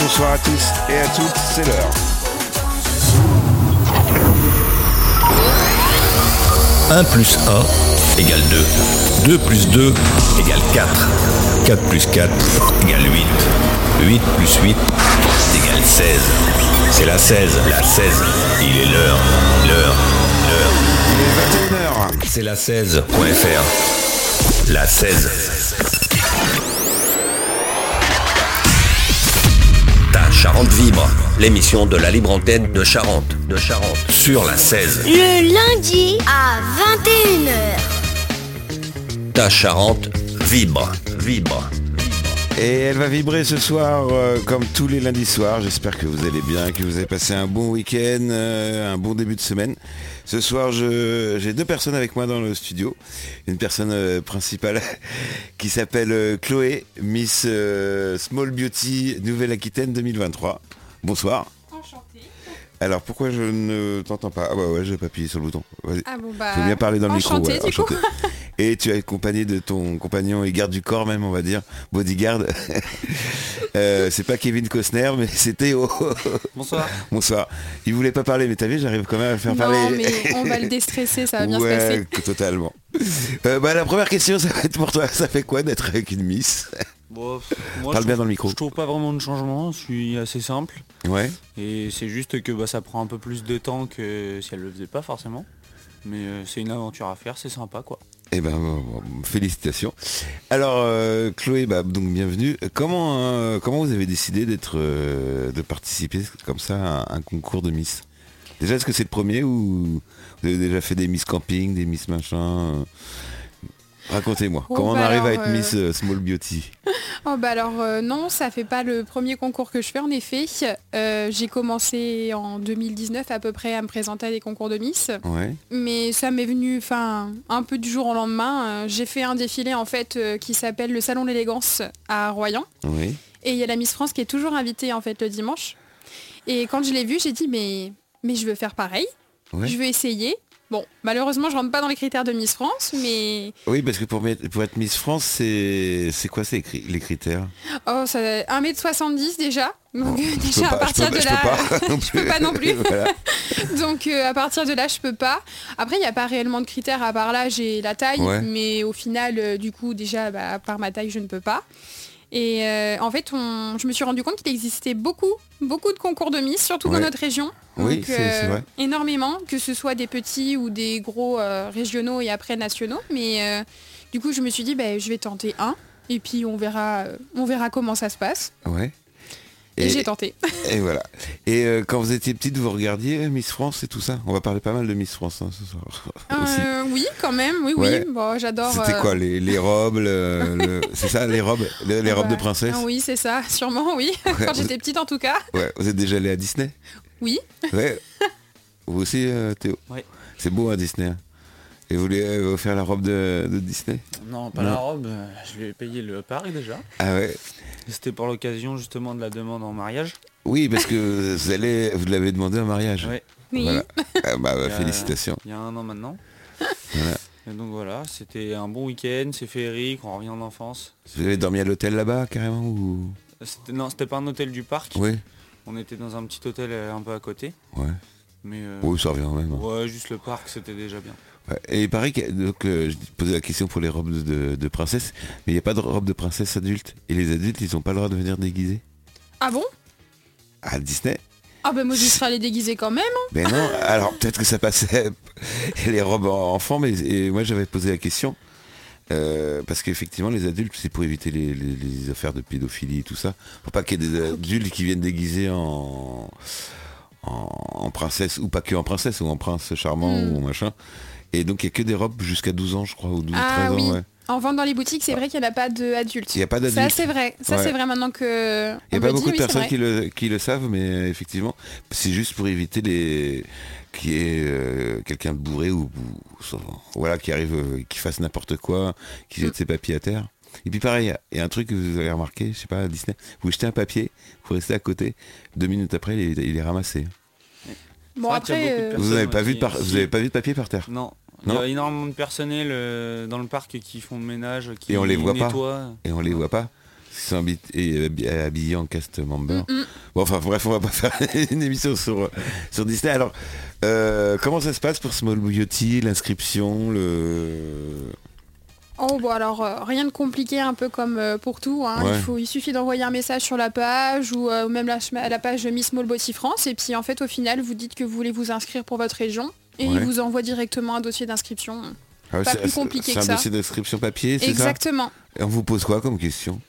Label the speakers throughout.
Speaker 1: Bonsoir à tous et à toutes, c'est l'heure.
Speaker 2: Un plus 1 égale 2. 2 plus 2 égale 4. 4 plus 4 égale 8. 8 plus 8 égale 16. C'est la 16, la 16. Il est l'heure, l'heure, l'heure.
Speaker 1: Il est 21h.
Speaker 2: C'est la 16.fr. La 16. Ta Charente vibre. L'émission de la libre antenne de Charente. De Charente. Sur la 16.
Speaker 3: Le lundi à 21h.
Speaker 2: Ta Charente vibre, vibre.
Speaker 1: Et elle va vibrer ce soir euh, comme tous les lundis soirs. J'espère que vous allez bien, que vous avez passé un bon week-end, euh, un bon début de semaine. Ce soir, je- j'ai deux personnes avec moi dans le studio. Une personne euh, principale qui s'appelle euh, Chloé, Miss euh, Small Beauty Nouvelle-Aquitaine 2023. Bonsoir.
Speaker 4: Enchantée.
Speaker 1: Alors pourquoi je ne t'entends pas Ah bah ouais, j'ai pas appuyé sur le bouton. Vas-y.
Speaker 4: Ah bon bah.
Speaker 1: Faut bien parler dans le micro.
Speaker 4: enchantée,
Speaker 1: ouais,
Speaker 4: du coup.
Speaker 1: enchanté. Et tu es accompagné de ton compagnon et garde du corps même, on va dire, bodyguard. Euh, c'est pas Kevin Costner, mais c'est Théo.
Speaker 5: Bonsoir.
Speaker 1: Bonsoir. Il voulait pas parler, mais t'as vu, j'arrive quand même à le faire
Speaker 4: Non
Speaker 1: parler.
Speaker 4: mais on va le déstresser, ça va bien se
Speaker 1: ouais,
Speaker 4: passer.
Speaker 1: totalement. Euh, bah, la première question, ça va être pour toi. Ça fait quoi d'être avec une miss
Speaker 5: Bon, pff, moi,
Speaker 1: Parle
Speaker 5: je
Speaker 1: bien
Speaker 5: trouve-
Speaker 1: dans le micro.
Speaker 5: Je trouve pas vraiment de changement, je suis assez simple.
Speaker 1: Ouais.
Speaker 5: Et c'est juste que bah, ça prend un peu plus de temps que si elle le faisait pas forcément. Mais euh, c'est une aventure à faire, c'est sympa quoi.
Speaker 1: Eh ben, bon, bon, félicitations. Alors, euh, Chloé, bah, donc bienvenue. Comment, euh, comment vous avez décidé d'être, euh, de participer comme ça à un concours de Miss Déjà, est-ce que c'est le premier ou vous avez déjà fait des Miss Camping, des Miss Machin euh Racontez-moi,
Speaker 4: Oh,
Speaker 1: comment on
Speaker 4: bah
Speaker 1: arrive à être
Speaker 4: alors,
Speaker 1: Miss euh, Small Beauty
Speaker 4: Oh bah alors euh, non, ça fait pas le premier concours que je fais en effet. Euh, J'ai commencé en 2019 à peu près à me présenter à des concours de Miss.
Speaker 1: Ouais,
Speaker 4: Mais ça m'est venu enfin un peu du jour au lendemain. Euh, J'ai fait un défilé en fait euh, qui s'appelle le Salon de l'élégance à Royan.
Speaker 1: oui.
Speaker 4: Et il y a la Miss France qui est toujours invitée en fait le dimanche. Et quand je l'ai vue, j'ai dit mais, mais je veux faire pareil.
Speaker 1: Ouais.
Speaker 4: Je veux essayer. Bon, malheureusement, je rentre pas dans les critères de Miss France, mais
Speaker 1: Oui, parce que pour, mettre- pour être Miss France, c'est, c'est quoi ces cri- les critères
Speaker 4: oh, ça 1m70 déjà. Donc euh,
Speaker 1: Je peux
Speaker 4: déjà à
Speaker 1: pas- je peux
Speaker 4: partir
Speaker 1: pas-
Speaker 4: de
Speaker 1: je
Speaker 4: là.
Speaker 1: peux pas non
Speaker 4: peux
Speaker 1: plus.
Speaker 4: pas non plus.
Speaker 1: Voilà.
Speaker 4: Donc euh, à partir de là, je peux pas. Après, il n'y a pas réellement de critères à part là, j'ai la taille,
Speaker 1: Ouais.
Speaker 4: mais au final, euh, du coup, déjà, bah, à part ma taille, je ne peux pas. Et euh, en fait, on- je me suis rendu compte qu'il existait beaucoup, beaucoup de concours de Miss, surtout
Speaker 1: Ouais.
Speaker 4: dans notre région.
Speaker 1: Oui,
Speaker 4: Donc, euh,
Speaker 1: c'est- c'est vrai.
Speaker 4: Énormément, que ce soit des petits ou des gros euh, régionaux et après nationaux. Mais euh, du coup, je me suis dit, bah, je vais tenter un. Et puis on verra, euh, on verra comment ça se passe.
Speaker 1: Ouais.
Speaker 4: et j'ai tenté.
Speaker 1: Et voilà. Et euh, quand vous étiez petite, vous regardiez euh, Miss France et tout ça On va parler pas mal de Miss France hein, ce soir. aussi.
Speaker 4: Euh, oui, quand même, oui,
Speaker 1: Ouais.
Speaker 4: oui. Bon, j'adore.
Speaker 1: C'était
Speaker 4: euh,
Speaker 1: quoi les, les robes le- le- C'est ça, les robes le- Les
Speaker 4: Ah
Speaker 1: robes de
Speaker 4: bah,
Speaker 1: princesse
Speaker 4: ah Oui, c'est ça, sûrement, oui.
Speaker 1: Ouais,
Speaker 4: Quand
Speaker 1: vous-
Speaker 4: j'étais petite, en tout cas.
Speaker 1: ouais, Vous êtes déjà allé à Disney
Speaker 4: Oui.
Speaker 1: Ouais. vous aussi, euh, Théo
Speaker 5: Ouais.
Speaker 1: C'est beau à Disney. hein. Et vous voulez euh, vous faire la robe de, de Disney
Speaker 5: Non, pas
Speaker 1: Non.
Speaker 5: la robe, euh, je lui ai payé le pari déjà.
Speaker 1: Ah ouais
Speaker 5: C'était pour l'occasion justement de la demande en mariage.
Speaker 1: Oui, parce que vous, allez, vous l'avez demandé en mariage.
Speaker 5: Ouais.
Speaker 4: Oui.
Speaker 1: Voilà. Ah bah,
Speaker 5: Euh,
Speaker 1: félicitations.
Speaker 5: Il y a un an maintenant.
Speaker 1: Voilà.
Speaker 5: Et donc voilà, c'était un bon week-end, c'est féerique, on revient en enfance.
Speaker 1: Vous avez dormi à l'hôtel là-bas carrément ou...
Speaker 5: C'était- Non, c'était pas un hôtel du parc,
Speaker 1: Oui.
Speaker 5: on était dans un petit hôtel euh, un peu à côté.
Speaker 1: Ouais.
Speaker 5: Mais euh,
Speaker 1: Oui, ça revient quand même. hein.
Speaker 5: Ouais, juste le parc, c'était déjà bien.
Speaker 1: Ouais, Et pareil, que- donc euh, je posais la question pour les robes de, de- de princesse, mais il n'y a pas de robe de princesse adulte. Et les adultes, ils n'ont pas le droit de venir déguisés.
Speaker 4: Ah bon
Speaker 1: À Disney
Speaker 4: Ah ben moi, je serais allée déguisée quand même.
Speaker 1: Ben non, alors peut-être que ça passait les robes en- enfants, mais et moi j'avais posé la question. euh, parce qu'effectivement les adultes c'est pour éviter les, les- les affaires de pédophilie et tout ça pour pas qu'il y ait des adultes qui viennent déguisés en, en, en princesse ou pas que en princesse ou en prince charmant
Speaker 4: Mm.
Speaker 1: ou en machin et donc il n'y a que des robes jusqu'à 12 ans je crois ou 12
Speaker 4: Ah
Speaker 1: 13 ans
Speaker 4: oui.
Speaker 1: ouais.
Speaker 4: En vente dans les boutiques, c'est vrai qu'il n'y en a pas d'adulte.
Speaker 1: Ah. Il n'y a pas
Speaker 4: Ça,
Speaker 1: d'adultes.
Speaker 4: c'est vrai. Ça,
Speaker 1: Ouais.
Speaker 4: c'est vrai maintenant que...
Speaker 1: Il
Speaker 4: on
Speaker 1: n'y a
Speaker 4: me
Speaker 1: pas
Speaker 4: dit,
Speaker 1: beaucoup de
Speaker 4: oui, c'est
Speaker 1: personnes
Speaker 4: vrai.
Speaker 1: qui le, qui le savent, mais euh, effectivement, c'est juste pour éviter les qu'il y ait euh, quelqu'un de bourré ou, ou- sans- voilà qui arrive, euh, qui fasse n'importe quoi, qui
Speaker 4: Mm.
Speaker 1: jette ses papiers à terre. Et puis pareil, il y a un truc que vous avez remarqué, je sais pas, à Disney, vous jetez un papier, vous restez à côté, deux minutes après, il est, il est ramassé.
Speaker 4: Bon,
Speaker 5: C'est vrai qu'il
Speaker 4: après...
Speaker 5: y a beaucoup de
Speaker 4: euh,
Speaker 5: personnes.
Speaker 1: Vous n'avez pas,
Speaker 5: ouais,
Speaker 1: vu de
Speaker 5: qui-
Speaker 1: par-
Speaker 5: si.
Speaker 1: vous avez pas vu de papier par terre
Speaker 5: Non.
Speaker 1: Non.
Speaker 5: Il y a énormément de personnel euh, dans le parc qui font le ménage, qui
Speaker 1: Et on les voit pas.
Speaker 5: nettoient.
Speaker 1: et on les voit pas. Ils sont habi- et habi- habillés en cast member.
Speaker 4: Mm, mm.
Speaker 1: Bon, enfin bref, on va pas faire une émission sur, sur Disney. Alors, euh, comment ça se passe pour Small Beauty, l'inscription, le...
Speaker 4: Oh bon alors euh, rien de compliqué un peu comme euh, pour tout. hein.
Speaker 1: Ouais.
Speaker 4: Il, faut, il suffit d'envoyer un message sur la page ou euh, même la, chema- la page Miss Small Beauty France et puis en fait au final vous dites que vous voulez vous inscrire pour votre région et
Speaker 1: Ouais.
Speaker 4: il vous envoie directement un dossier d'inscription.
Speaker 1: Ah ouais,
Speaker 4: Pas
Speaker 1: c'est-
Speaker 4: plus compliqué
Speaker 1: C'est
Speaker 4: que
Speaker 1: un
Speaker 4: ça.
Speaker 1: dossier d'inscription papier, c'est ça
Speaker 4: Exactement.
Speaker 1: Et on vous pose quoi comme question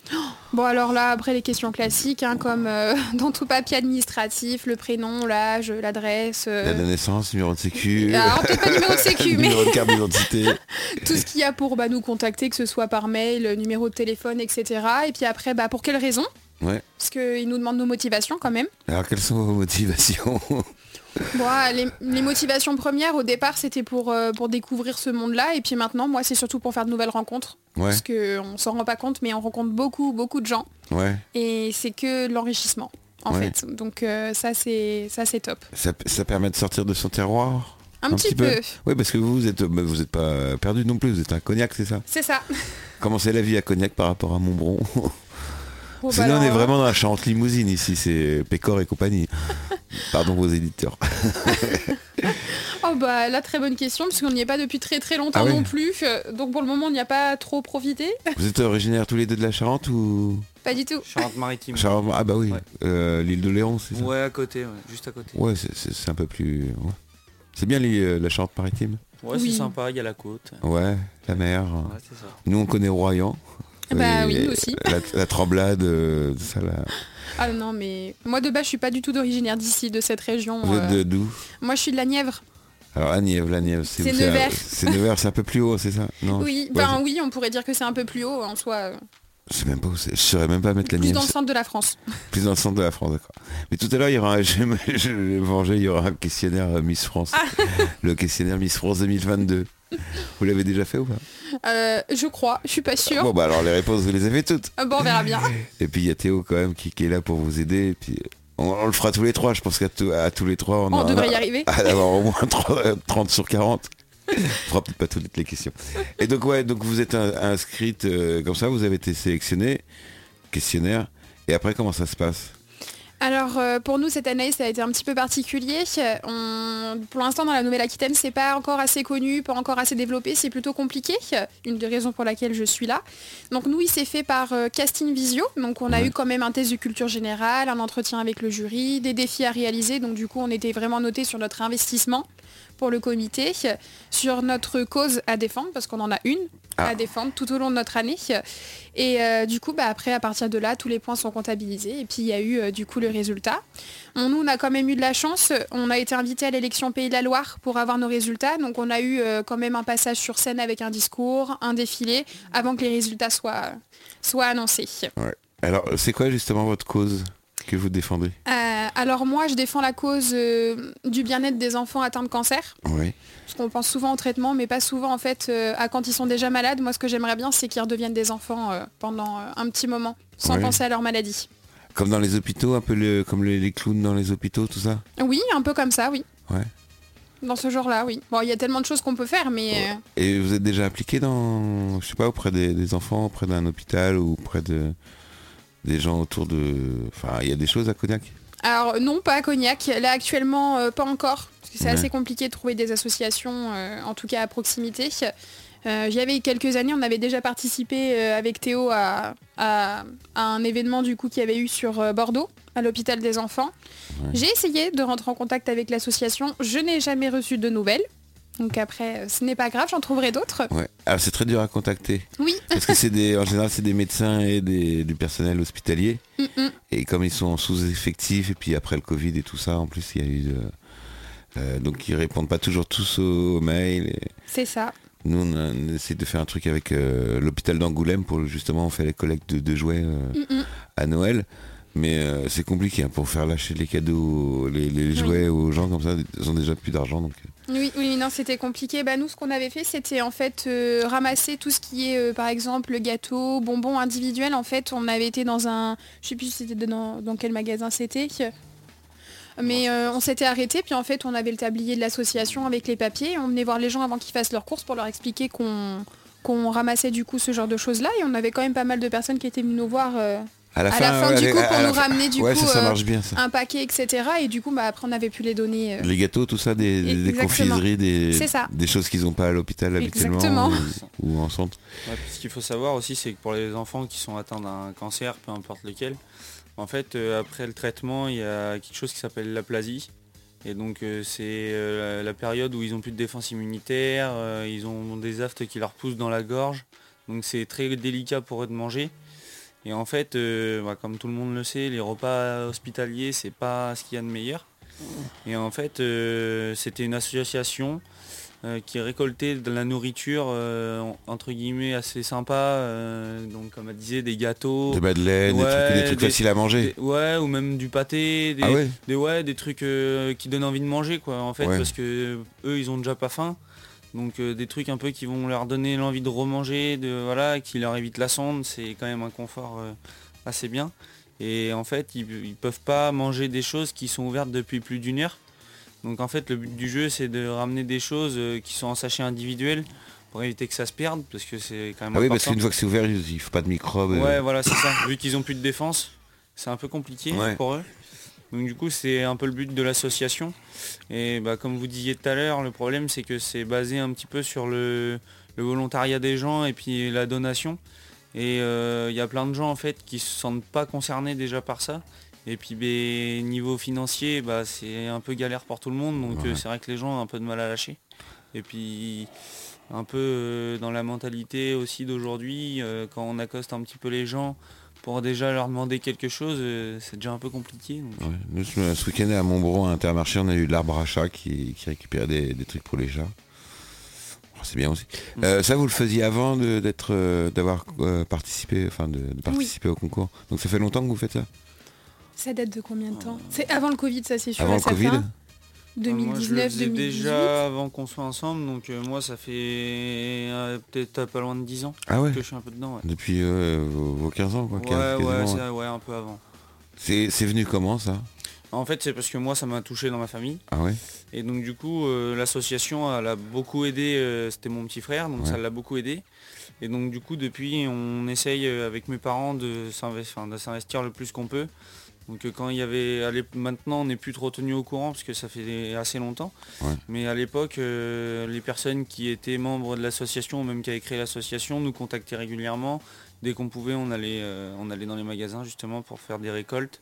Speaker 4: Bon alors là après les questions classiques hein, comme euh, dans tout papier administratif, le prénom, l'âge, l'adresse. euh, ah,
Speaker 1: Date de naissance, numéro de sécu
Speaker 4: alors peut-être pas numéro de sécu mais
Speaker 1: Numéro de carte d'identité.
Speaker 4: tout ce qu'il y a pour bah, nous contacter, que ce soit par mail, euh, numéro de téléphone, etc. Et puis après, bah, pour quelles raisons
Speaker 1: Ouais.
Speaker 4: Parce qu'ils nous demandent nos motivations quand même.
Speaker 1: Alors quelles sont vos motivations
Speaker 4: Bon, ah, les, les motivations premières, au départ, c'était pour, euh, pour découvrir ce monde-là. Et puis maintenant, moi, c'est surtout pour faire de nouvelles rencontres.
Speaker 1: Ouais,
Speaker 4: Parce qu'on s'en rend pas compte, mais on rencontre beaucoup, beaucoup de gens.
Speaker 1: ouais.
Speaker 4: Et c'est que de l'enrichissement, en
Speaker 1: Ouais.
Speaker 4: fait. Donc euh, ça, c'est ça, c'est top.
Speaker 1: Ça, ça permet de sortir de son terroir
Speaker 4: Un,
Speaker 1: Un
Speaker 4: petit,
Speaker 1: petit peu.
Speaker 4: peu.
Speaker 1: Oui, parce que vous, vous êtes, mais vous n'êtes pas perdu non plus, vous êtes à Cognac, c'est ça
Speaker 4: C'est ça.
Speaker 1: Comment c'est la vie à Cognac par rapport à Montbron
Speaker 4: Bon,
Speaker 1: Sinon,
Speaker 4: bah,
Speaker 1: on est
Speaker 4: alors,
Speaker 1: vraiment dans la Charente Limousine ici, c'est Pécor et compagnie. Pardon vos éditeurs.
Speaker 4: Oh bah là, très bonne question, parce qu'on n'y est pas depuis très très longtemps
Speaker 1: Ah oui.
Speaker 4: non plus. Euh, Donc pour le moment, on n'y a pas trop profité.
Speaker 1: Vous êtes originaires tous les deux de la Charente ou
Speaker 4: Pas du tout.
Speaker 5: Charente-Maritime.
Speaker 1: Charente- Ah bah oui,
Speaker 5: Ouais.
Speaker 1: euh, l'île de Léon, c'est ça
Speaker 5: Ouais, à côté, ouais, juste à côté.
Speaker 1: Ouais, c'est- c'est c'est un peu plus. ouais. C'est bien l'île, euh, la Charente maritime.
Speaker 5: Ouais,
Speaker 4: Oui.
Speaker 5: c'est sympa, il y a la côte.
Speaker 1: Ouais, la mer.
Speaker 5: Ouais, c'est ça.
Speaker 1: Nous on connaît Royan.
Speaker 4: Bah
Speaker 1: Et
Speaker 4: oui, nous aussi.
Speaker 1: La, la tremblade, euh, ça là.
Speaker 4: Ah non, mais moi de base, je suis pas du tout d'originaire d'ici, de cette région.
Speaker 1: Vous êtes
Speaker 4: euh.
Speaker 1: de- d'où
Speaker 4: Moi, je suis de la Nièvre.
Speaker 1: Alors la Nièvre, la Nièvre,
Speaker 4: C'est
Speaker 1: où
Speaker 4: Nevers.
Speaker 1: à- C'est Nevers, c'est un peu plus haut, c'est ça Non.
Speaker 4: Oui,
Speaker 1: Ah, Ouais,
Speaker 4: ben oui, on pourrait dire que c'est un peu plus haut en soi, euh,
Speaker 1: Je sais même pas où c'est. Je saurais même pas mettre la
Speaker 4: plus
Speaker 1: Nièvre.
Speaker 4: dans le centre de la France.
Speaker 1: Plus dans le centre de la France, d'accord. Mais tout à l'heure, il y aura un, je vais me- je vais me venger, il y aura un questionnaire euh, Miss France.
Speaker 4: Ah.
Speaker 1: Le questionnaire Miss France 2022. Vous l'avez déjà fait ou pas
Speaker 4: Euh, je crois, je suis pas sûre.
Speaker 1: Bon,
Speaker 4: Bon,
Speaker 1: bah alors les réponses, vous les avez toutes.
Speaker 4: on verra bien.
Speaker 1: Et puis il y a Théo quand même qui, qui est là pour vous aider. Et puis on, on le fera tous les trois. Je pense qu'à tou- à tous les trois, on,
Speaker 4: On
Speaker 1: aura-
Speaker 4: devrait y arriver.
Speaker 1: à d'avoir au moins 30, euh, 30 sur 40. On fera peut-être pas toutes les questions. Et donc ouais, donc vous êtes in- inscrite euh, comme ça, vous avez été sélectionnée, questionnaire. Et après comment ça se passe
Speaker 4: Alors euh, pour nous cette année ça a été un petit peu particulier. Euh, On- Pour l'instant dans la Nouvelle-Aquitaine c'est pas encore assez connu, pas encore assez développé, c'est plutôt compliqué. Euh, Une des raisons pour laquelle je suis là. Donc nous il s'est fait par euh, casting visio. Donc on a eu quand même un test de culture générale, un entretien avec le jury, des défis à réaliser. Donc du coup on était vraiment noté sur notre investissement pour le comité, sur notre cause à défendre parce qu'on en a une
Speaker 1: Ah.
Speaker 4: à défendre tout au long de notre année. Et euh, du coup, bah, après, à partir de là, tous les points sont comptabilisés. Et puis, il y a eu euh, du coup le résultat. On, nous, on a quand même eu de la chance. On a été invité à l'élection Pays de la Loire pour avoir nos résultats. Donc, on a eu euh, quand même un passage sur scène avec un discours, un défilé, avant que les résultats soient, soient annoncés.
Speaker 1: Alors c'est quoi justement votre cause que vous défendez
Speaker 4: Euh, alors, moi, je défends la cause euh, du bien-être des enfants atteints de cancer.
Speaker 1: Oui.
Speaker 4: Parce qu'on pense souvent au traitement, mais pas souvent, en fait, euh, à quand ils sont déjà malades. Moi, ce que j'aimerais bien, c'est qu'ils redeviennent des enfants euh, pendant euh, un petit moment, sans
Speaker 1: Ouais.
Speaker 4: penser à leur maladie.
Speaker 1: Comme dans les hôpitaux, un peu le- comme les, les clowns dans les hôpitaux, tout ça
Speaker 4: Oui, un peu comme ça, oui.
Speaker 1: Ouais.
Speaker 4: Dans ce genre-là, oui. Bon, il y a tellement de choses qu'on peut faire, mais euh,
Speaker 1: Et vous êtes déjà impliqué dans, je sais pas, auprès des, des enfants, auprès d'un hôpital ou auprès de des gens autour de... Enfin, il y a des choses à Cognac
Speaker 4: alors non, pas à Cognac. Là, actuellement, euh, pas encore, parce que c'est
Speaker 1: Ouais.
Speaker 4: assez compliqué de trouver des associations, euh, en tout cas à proximité. Euh, J'y avais quelques années, on avait déjà participé euh, avec Théo à, à- à un événement du coup qu'il y avait eu sur euh, Bordeaux, à l'hôpital des enfants.
Speaker 1: Ouais.
Speaker 4: J'ai essayé de rentrer en contact avec l'association, je n'ai jamais reçu de nouvelles. Donc après, euh, ce n'est pas grave, j'en trouverai d'autres.
Speaker 1: Ouais. Alors Ah, c'est très dur à contacter.
Speaker 4: Oui.
Speaker 1: Parce que c'est des, en général, c'est des médecins et des- du personnel hospitalier.
Speaker 4: Mm, mm.
Speaker 1: Et comme ils sont en sous-effectif, et puis après le Covid et tout ça, en plus, il y a eu... de- euh, donc ils répondent pas toujours tous aux mails. et-
Speaker 4: C'est ça.
Speaker 1: Nous, on, a- on essaie de faire un truc avec euh, l'hôpital d'Angoulême pour justement on fait la collecte de, de jouets euh,
Speaker 4: Mm, mm.
Speaker 1: à Noël. Mais euh, c'est compliqué hein, pour faire lâcher les cadeaux, les, les jouets aux gens comme ça. Ils ont déjà plus d'argent. Donc... euh,
Speaker 4: Oui, oui, non, c'était compliqué. Bah, nous, ce qu'on avait fait, c'était en fait euh, ramasser tout ce qui est, euh, par exemple, gâteau, bonbons individuels. En fait, on avait été dans un, je sais plus si c'était dans, dans quel magasin c'était, mais euh, on s'était arrêté. Puis en fait, on avait le tablier de l'association avec les papiers. On venait voir les gens avant qu'ils fassent leurs courses pour leur expliquer qu'on qu'on ramassait du coup ce genre de choses-là. Et on avait quand même pas mal de personnes qui étaient venues nous voir. euh,
Speaker 1: À la
Speaker 4: à la fin du
Speaker 1: avec-
Speaker 4: coup
Speaker 1: à- à
Speaker 4: pour
Speaker 1: la
Speaker 4: nous
Speaker 1: fin-
Speaker 4: ramener du
Speaker 1: ouais,
Speaker 4: coup
Speaker 1: ça, ça
Speaker 4: euh,
Speaker 1: marche bien ça.
Speaker 4: un paquet, etc. Et du coup, bah, après, on avait pu les donner. euh,
Speaker 1: Les gâteaux, tout ça, des, des
Speaker 4: Exactement.
Speaker 1: confiseries, des,
Speaker 4: C'est ça.
Speaker 1: des choses qu'ils n'ont pas à l'hôpital habituellement
Speaker 4: Exactement.
Speaker 1: ou, ou en centre.
Speaker 5: Ouais, puis ce qu'il faut savoir aussi, c'est que pour les enfants qui sont atteints d'un cancer, peu importe lequel, en fait, euh, après le traitement, il y a quelque chose qui s'appelle l'aplasie. Et donc, euh, c'est euh, la- la période où ils n'ont plus de défense immunitaire, euh, ils ont des aftes qui leur poussent dans la gorge. Donc, c'est très délicat pour eux de manger. Et en fait, euh, bah, comme tout le monde le sait, les repas hospitaliers, c'est pas ce qu'il y a de meilleur. Et en fait, euh, c'était une association euh, qui récoltait de la nourriture euh, entre guillemets assez sympa, euh, donc comme elle disait des gâteaux,
Speaker 1: Des madeleines, des
Speaker 5: Ouais,
Speaker 1: trucs, des trucs
Speaker 5: des-
Speaker 1: faciles à manger.
Speaker 5: des- ouais ou même du pâté, des,
Speaker 1: Ah ouais
Speaker 5: des- ouais, des trucs euh, qui donnent envie de manger quoi en fait
Speaker 1: Ouais.
Speaker 5: parce que euh, eux ils ont déjà pas faim, donc euh, des trucs un peu qui vont leur donner l'envie de remanger, de voilà, qui leur évite la sonde, c'est quand même un confort euh, assez bien. Et en fait ils, ils peuvent pas manger des choses qui sont ouvertes depuis plus d'une heure. Donc en fait le but du jeu c'est de ramener des choses euh, qui sont en sachet individuel pour éviter que ça se perde parce que c'est quand même
Speaker 1: Ah oui, parce
Speaker 5: important.
Speaker 1: qu'une fois que c'est ouvert, il ne faut pas de microbes. euh.
Speaker 5: Ouais voilà c'est ça. Vu qu'ils ont plus de défense, c'est un peu compliqué
Speaker 1: Ouais.
Speaker 5: pour eux. Donc du coup c'est un peu le but de l'association. Et bah, comme vous disiez tout à l'heure, le problème c'est que c'est basé un petit peu sur le, le volontariat des gens et puis la donation. Et euh, il y a plein de gens en fait qui se sentent pas concernés déjà par ça. Et puis ben, niveau financier, bah, c'est un peu galère pour tout le monde. Donc euh,
Speaker 1: Ouais.
Speaker 5: c'est vrai que les gens ont un peu de mal à lâcher. Et puis un peu euh, dans la mentalité aussi d'aujourd'hui, euh, quand on accoste un petit peu les gens pour déjà leur demander quelque chose, euh, c'est déjà un peu compliqué. donc.
Speaker 1: Ouais. Nous, ce ce week-end à Montbron, à Intermarché, on a eu de l'arbre à chat qui, qui récupérait des, des trucs pour les chats. Oh, c'est bien aussi.
Speaker 5: Mmh.
Speaker 1: Euh, ça, vous le faisiez avant de- d'être, euh, d'avoir euh, participé, enfin de, de participer au concours. Donc ça fait longtemps que vous faites ça
Speaker 4: Ça date de combien de temps C'est avant le Covid, ça c'est sûr.
Speaker 1: Avant
Speaker 4: et
Speaker 1: le
Speaker 4: certain.
Speaker 1: Covid
Speaker 4: 2019,
Speaker 5: Ah, euh, moi, je le faisais
Speaker 4: 2018.
Speaker 5: déjà avant qu'on soit ensemble, donc euh, moi ça fait euh, peut-être pas loin de 10 ans
Speaker 1: Ah ouais.
Speaker 5: que je suis un peu dedans. Ouais,
Speaker 1: Depuis euh, vos vos 15 ans, quoi.
Speaker 5: ouais,
Speaker 1: 15,
Speaker 5: ouais,
Speaker 1: quasiment,
Speaker 5: c'est-
Speaker 1: ouais.
Speaker 5: ouais, un peu avant.
Speaker 1: C'est c'est venu comment ça
Speaker 5: En fait c'est parce que moi ça m'a touché dans ma famille.
Speaker 1: Ah ouais
Speaker 5: Et donc du coup, euh, l'association, elle a beaucoup aidé, euh, c'était mon petit frère, donc
Speaker 1: Ouais.
Speaker 5: ça l'a beaucoup aidé. Et donc du coup, depuis, on essaye euh, avec mes parents de s'investir, de s'investir le plus qu'on peut. Donc euh, quand il y avait, à l'ép- maintenant on n'est plus trop tenu au courant parce que ça fait des- assez longtemps.
Speaker 1: Ouais.
Speaker 5: Mais à l'époque, euh, les personnes qui étaient membres de l'association ou même qui avaient créé l'association nous contactaient régulièrement. Dès qu'on pouvait, on allait, euh, on allait dans les magasins justement pour faire des récoltes.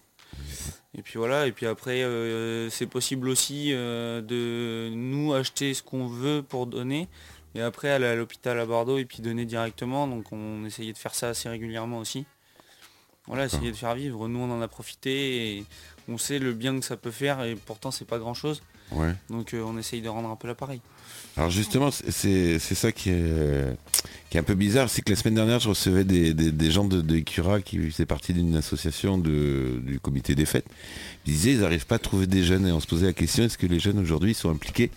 Speaker 5: Et puis voilà, et puis après, euh, c'est possible aussi euh, de nous acheter ce qu'on veut pour donner. Et après, aller à l'hôpital à Bordeaux et puis donner directement. Donc on essayait de faire ça assez régulièrement aussi. Voilà, essayer de faire vivre. Nous, on en a profité et on sait le bien que ça peut faire et pourtant, c'est pas grand-chose.
Speaker 1: Ouais.
Speaker 5: Donc euh, on essaye de rendre un peu l'appareil.
Speaker 1: Alors justement, c'est- c'est c'est ça qui est, qui est un peu bizarre, c'est que la semaine dernière, je recevais des, des- des gens de, de Cura qui faisaient partie d'une association de- du comité des fêtes. Ils disaient ils n'arrivent pas à trouver des jeunes et on se posait la question, est-ce que les jeunes aujourd'hui sont impliqués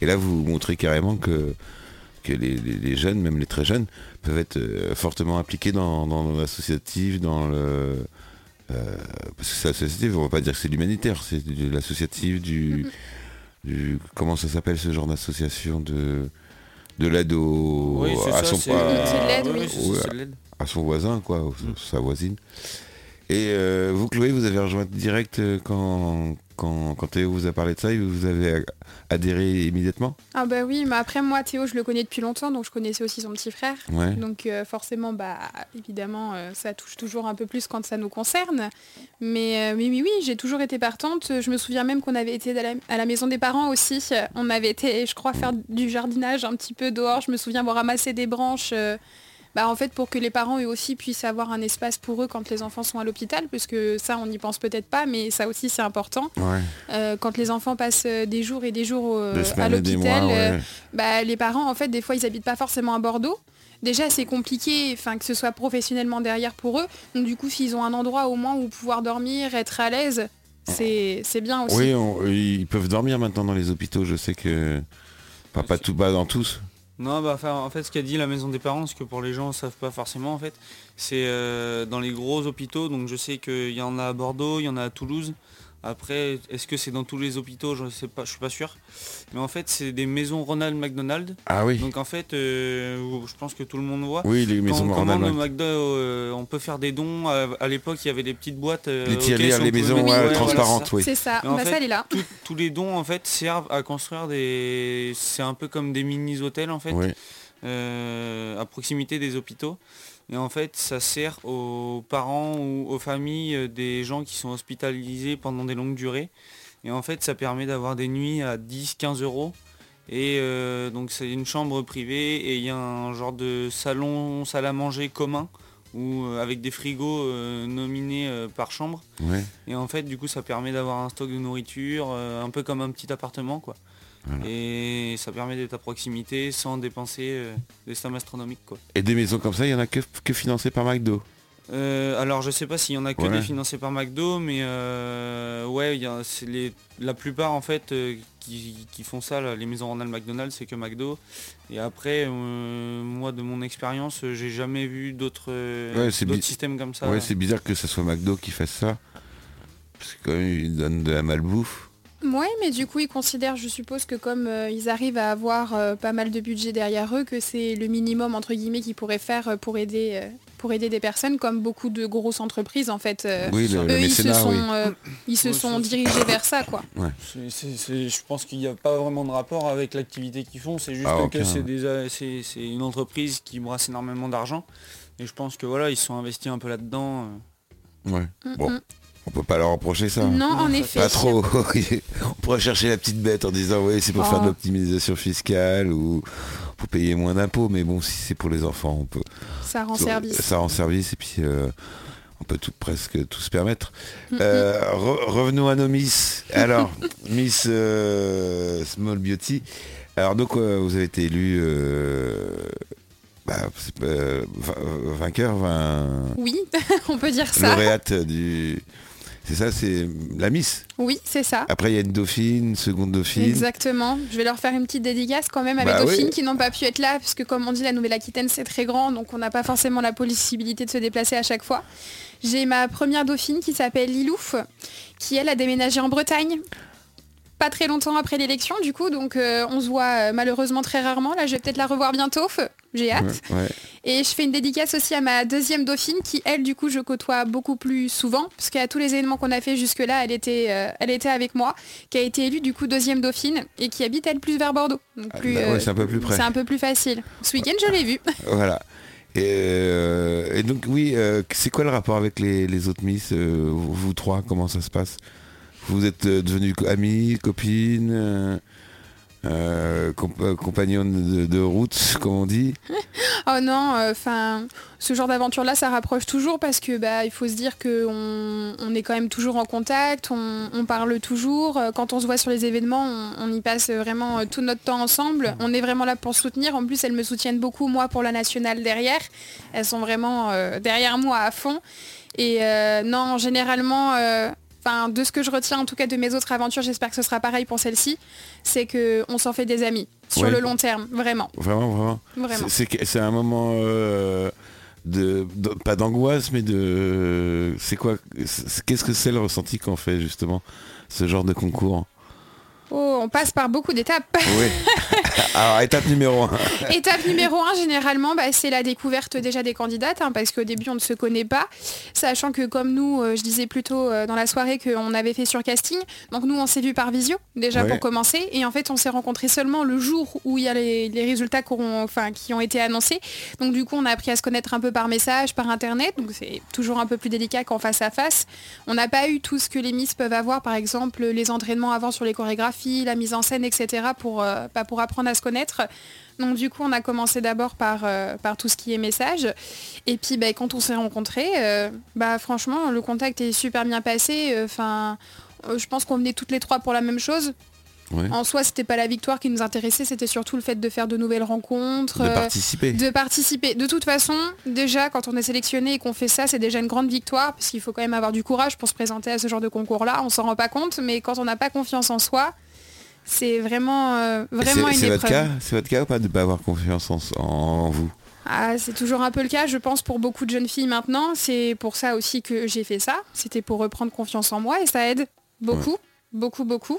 Speaker 1: Et là, vous montrez carrément que, que les, les- les jeunes, même les très jeunes, peuvent être euh, fortement impliqués dans, dans l'associatif, dans le... euh, parce que c'est associatif, on va pas dire que c'est de l'humanitaire, c'est de l'associatif, du, du- Comment ça s'appelle ce genre d'association de, de l'aide au- à, son,
Speaker 5: c'est
Speaker 1: à-
Speaker 4: C'est de l'aide,
Speaker 5: Ouais,
Speaker 4: oui.
Speaker 5: ouais, c'est ça,
Speaker 1: Ouais.
Speaker 5: c'est de l'aide.
Speaker 1: à son voisin, quoi, ou sa- sa voisine. Et euh, vous, Chloé, vous avez rejoint direct euh, quand, quand, quand Théo vous a parlé de ça, et vous avez a- adhéré immédiatement
Speaker 4: Ah bah oui, mais après moi Théo je le connais depuis longtemps donc je connaissais aussi son petit frère.
Speaker 1: Ouais.
Speaker 4: Donc euh, forcément bah évidemment euh, ça touche toujours un peu plus quand ça nous concerne. Mais euh, oui oui oui j'ai toujours été partante. Je me souviens même qu'on avait été à la, à la maison des parents aussi. On avait été je crois faire du jardinage un petit peu dehors. Je me souviens avoir ramassé des branches. euh, bah, en fait pour que les parents eux aussi puissent avoir un espace pour eux quand les enfants sont à l'hôpital, parce que ça on n'y pense peut-être pas, mais ça aussi c'est important.
Speaker 1: Ouais.
Speaker 4: Euh, quand les enfants passent euh, des jours et des jours euh,
Speaker 1: Deux
Speaker 4: à
Speaker 1: semaines et des
Speaker 4: l'hôpital,
Speaker 1: mois,
Speaker 4: euh,
Speaker 1: ouais.
Speaker 4: bah, les parents, en fait, des fois, ils habitent pas forcément à Bordeaux. Déjà, c'est compliqué, enfin, que ce soit professionnellement derrière pour eux. Donc, du coup, s'ils ont un endroit au moins où pouvoir dormir, être à l'aise, c'est c'est bien aussi.
Speaker 1: Oui, on- euh, ils peuvent dormir maintenant dans les hôpitaux, je sais que... Pas, pas, tout, pas dans tous.
Speaker 5: Non, bah, enfin, en fait, ce qu'a dit la maison des parents, ce que pour les gens ne savent pas forcément, en fait, c'est euh, dans les gros hôpitaux. Donc, je sais qu'il y en a à Bordeaux, il y en a à Toulouse. Après, est-ce que c'est dans tous les hôpitaux Je ne sais pas, je suis pas sûr. Mais en fait, c'est des maisons Ronald McDonald.
Speaker 1: Ah oui.
Speaker 5: Donc en fait, euh, je pense que tout le monde voit.
Speaker 1: Oui, les
Speaker 5: Quand
Speaker 1: maisons
Speaker 5: on commande
Speaker 1: Ronald
Speaker 5: le McDo, euh, on peut faire des dons. À, à l'époque, il y avait des petites boîtes. euh,
Speaker 1: Les
Speaker 5: auxquelles
Speaker 1: tirelires,
Speaker 5: on
Speaker 1: les
Speaker 5: pouvait
Speaker 1: maisons
Speaker 5: mettre-
Speaker 1: ouais,
Speaker 5: ouais, voilà,
Speaker 1: transparentes, oui.
Speaker 4: C'est ça,
Speaker 5: Mais en
Speaker 4: bah, ça
Speaker 5: fait,
Speaker 4: elle est là.
Speaker 5: tout- tous les dons en fait servent à construire des c'est un peu comme des mini hôtels en fait
Speaker 1: Oui.
Speaker 5: euh, à proximité des hôpitaux et en fait ça sert aux parents ou aux familles euh, des gens qui sont hospitalisés pendant des longues durées et en fait ça permet d'avoir des nuits à 10 15 euros et euh, donc c'est une chambre privée et il y a un genre de salon salle à manger commun ou avec des frigos euh, nominés euh, par chambre
Speaker 1: Ouais.
Speaker 5: et en fait, du coup, ça permet d'avoir un stock de nourriture, euh, un peu comme un petit appartement, quoi.
Speaker 1: Voilà.
Speaker 5: Et ça permet d'être à proximité sans dépenser euh, des sommes astronomiques, quoi.
Speaker 1: Et des maisons comme ça, il n'y en a que, que financées par McDo.
Speaker 5: Euh, alors, je sais pas s'il y en a que
Speaker 1: Ouais.
Speaker 5: des financés par McDo, mais euh, ouais, il y a- c'est les, la plupart, en fait, euh, qui, qui font ça, là, les maisons Ronald McDonald's, c'est que McDo. Et après, euh, moi, de mon expérience, euh, j'ai jamais vu d'autres euh,
Speaker 1: Ouais, c'est
Speaker 5: d'autres
Speaker 1: bi-
Speaker 5: systèmes comme ça.
Speaker 1: Ouais, c'est bizarre que ce soit McDo qui fasse ça. Parce que quand même, ils donnent de la malbouffe.
Speaker 4: Ouais, mais du coup, ils considèrent, je suppose, que comme euh, ils arrivent à avoir euh, pas mal de budget derrière eux, que c'est le minimum, entre guillemets, qu'ils pourraient faire euh, pour aider, euh, pour aider des personnes, comme beaucoup de grosses entreprises, en fait. euh,
Speaker 1: oui, le,
Speaker 5: ça-
Speaker 1: le
Speaker 4: eux, ils se
Speaker 1: mécénat,
Speaker 4: sont,
Speaker 1: oui.
Speaker 4: euh, ils se
Speaker 5: Ouais,
Speaker 4: sont
Speaker 5: ça-
Speaker 4: dirigés vers ça, quoi.
Speaker 5: C'est- c'est- c'est- je pense qu'il n'y a pas vraiment de rapport avec l'activité qu'ils font, c'est juste
Speaker 1: Ah, aucun.
Speaker 5: que c'est des, euh, c'est c'est une entreprise qui brasse énormément d'argent. Et je pense que voilà, ils se sont investis un peu là-dedans. euh.
Speaker 1: Ouais.
Speaker 4: Mm,
Speaker 1: Bon,
Speaker 4: mm.
Speaker 1: On peut pas leur reprocher ça.
Speaker 4: Non, en
Speaker 5: ça-
Speaker 4: effet.
Speaker 1: Pas trop. on pourrait chercher la petite bête en disant oui c'est pour faire de
Speaker 4: Oh.
Speaker 1: l'optimisation fiscale ou pour payer moins d'impôts, mais bon si c'est pour les enfants on peut
Speaker 4: Ça rend service.
Speaker 1: ça en service et puis euh, on peut tout, presque tout se permettre.
Speaker 4: Mm,
Speaker 1: Euh, re- revenons à nos Miss. Alors Miss euh, Small Beauty. Alors donc euh, vous avez été élu euh, bah, c'est pas- euh, va- euh, vainqueur, vain-
Speaker 4: Oui, on peut dire ça.
Speaker 1: lauréate du. C'est ça, c'est la Miss.
Speaker 4: Oui, c'est ça.
Speaker 1: Après, il y a une dauphine, une seconde dauphine.
Speaker 4: Exactement. Je vais leur faire une petite dédicace quand même à
Speaker 1: Bah
Speaker 4: mes
Speaker 1: oui.
Speaker 4: dauphines qui n'ont pas pu être là, puisque comme on dit, la Nouvelle-Aquitaine c'est très grand, donc on n'a pas forcément la possibilité de se déplacer à chaque fois. J'ai ma première dauphine qui s'appelle Lilouf, qui elle a déménagé en Bretagne. Pas très longtemps après l'élection du coup, donc euh, on se voit euh, malheureusement très rarement. Là je vais peut-être la revoir bientôt, j'ai hâte.
Speaker 1: Ouais, ouais.
Speaker 4: Et je fais une dédicace aussi à ma deuxième dauphine qui, elle, du coup, je côtoie beaucoup plus souvent, parce qu'à tous les événements qu'on a fait jusque-là, elle, était, euh, elle était avec moi, qui a été élue, du coup, deuxième dauphine, et qui habite, elle, plus vers Bordeaux. Donc,
Speaker 1: Ah,
Speaker 4: plus, euh,
Speaker 1: bah ouais, c'est un peu plus près.
Speaker 4: C'est un peu plus facile. Ce week-end, je l'ai vue.
Speaker 1: Voilà. Et, euh, et donc, oui, euh, c'est quoi le rapport avec les, les autres Miss, euh, vous, vous trois Comment ça se passe Vous êtes euh, devenus co- amis, copines euh, euh, comp- euh, compagnonnes de, de route, comme on dit.
Speaker 4: Oh non, enfin, ce genre d'aventure-là, ça rapproche toujours parce que bah, il faut se dire qu'on on est quand même toujours en contact, on, on parle toujours. Euh, Quand on se voit sur les événements, on, on y passe vraiment euh, tout notre temps ensemble. On est vraiment là pour se soutenir. En plus, elles me soutiennent beaucoup, moi, pour la nationale derrière. Elles sont vraiment euh, derrière moi à fond. Et euh, non, généralement, euh, 'fin, de ce que je retiens en tout cas de mes autres aventures, j'espère que ce sera pareil pour celle-ci, c'est qu'on s'en fait des amis sur
Speaker 1: Ouais.
Speaker 4: le long terme, vraiment,
Speaker 1: Vraiment, vraiment.
Speaker 4: vraiment.
Speaker 1: C'est- C'est que- c'est un moment euh, de, de- pas d'angoisse, mais de c'est quoi c'est- Qu'est-ce que c'est le ressenti qu'on fait justement ce genre de concours
Speaker 4: Oh, on passe par beaucoup d'étapes.
Speaker 1: Oui. Alors étape numéro 1.
Speaker 4: Étape numéro un, généralement, bah, c'est la découverte déjà des candidates, hein, parce qu'au début, on ne se connaît pas. Sachant que comme nous, euh, je disais plus tôt euh, dans la soirée qu'on avait fait sur casting, donc nous, on s'est vu par visio, déjà
Speaker 1: Ouais.
Speaker 4: pour commencer. Et en fait, on s'est rencontrés seulement le jour où il y a les, les résultats qu'auront- enfin, qui ont été annoncés. Donc du coup, on a appris à se connaître un peu par message, par Internet. Donc c'est toujours un peu plus délicat qu'en face à face. On n'a pas eu tout ce que les Miss peuvent avoir, par exemple les entraînements avant sur les chorégraphies, la mise en scène, etc. pour, euh, bah, pour apprendre à se connaître. Donc du coup, on a commencé d'abord par, euh, par tout ce qui est message. Et puis bah, quand on s'est rencontrés, euh, bah, franchement, le contact est super bien passé. Enfin, euh, je pense qu'on venait toutes les trois pour la même chose.
Speaker 1: Ouais.
Speaker 4: En soi, c'était pas la victoire qui nous intéressait, c'était surtout le fait de faire de nouvelles rencontres,
Speaker 1: De
Speaker 4: euh,
Speaker 1: participer.
Speaker 4: de participer. De toute façon, déjà, quand on est sélectionné et qu'on fait ça, c'est déjà une grande victoire, parce qu'il faut quand même avoir du courage pour se présenter à ce genre de concours-là. On s'en rend pas compte, mais quand on n'a pas confiance en soi, c'est vraiment, euh,
Speaker 1: Et
Speaker 4: vraiment
Speaker 1: c'est-
Speaker 4: une
Speaker 1: C'est
Speaker 4: épreuve.
Speaker 1: votre cas C'est votre cas ou pas de pas avoir confiance en, en vous
Speaker 4: Ah, c'est toujours un peu le cas, je pense, pour beaucoup de jeunes filles maintenant. C'est pour ça aussi que j'ai fait ça. C'était pour reprendre confiance en moi et ça aide. beaucoup, beaucoup, beaucoup.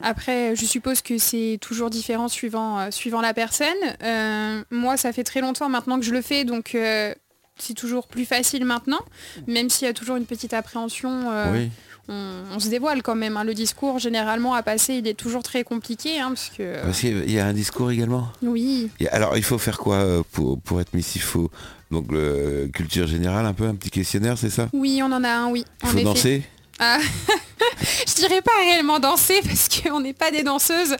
Speaker 4: Après, je suppose que c'est toujours différent suivant, euh, suivant la personne. Euh, moi, ça fait très longtemps maintenant que je le fais, donc euh, c'est toujours plus facile maintenant, même s'il y a toujours une petite appréhension. euh,
Speaker 1: Oui.
Speaker 4: on, on se dévoile quand même. hein. Le discours, généralement, à passer, il est toujours très compliqué, hein, parce que...
Speaker 1: Parce qu'il y a un discours également.
Speaker 4: Oui,
Speaker 1: Il y a- Alors, il faut faire quoi euh, pour, pour être Miss Il faut donc le culture générale, un peu un petit questionnaire, c'est ça
Speaker 4: oui, on en a un, oui.
Speaker 1: Il
Speaker 4: en
Speaker 1: faut
Speaker 4: effet.
Speaker 1: danser.
Speaker 4: Je dirais pas réellement danser parce qu'on n'est pas des danseuses.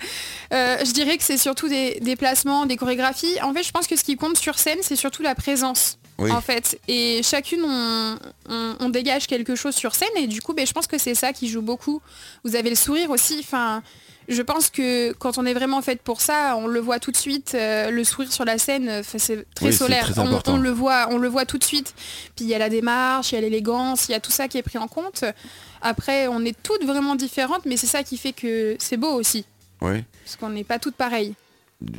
Speaker 4: Euh, je dirais que c'est surtout des, des placements, des chorégraphies. En fait, je pense que ce qui compte sur scène, c'est surtout la présence.
Speaker 1: Oui.
Speaker 4: En fait, et chacune, on, on- on dégage quelque chose sur scène, et du coup, ben, je pense que c'est ça qui joue beaucoup. Vous avez le sourire aussi. Enfin, je pense que quand on est vraiment fait pour ça, on le voit tout de suite. euh, le sourire sur la scène, euh, enfin, c'est très
Speaker 1: Oui, c'est
Speaker 4: solaire.
Speaker 1: très
Speaker 4: On-
Speaker 1: important.
Speaker 4: on le voit, on le voit tout de suite. Puis il y a la démarche, il y a l'élégance, il y a tout ça qui est pris en compte. Après, on est toutes vraiment différentes, mais c'est ça qui fait que c'est beau aussi.
Speaker 1: Ouais.
Speaker 4: Parce qu'on n'est pas toutes pareilles.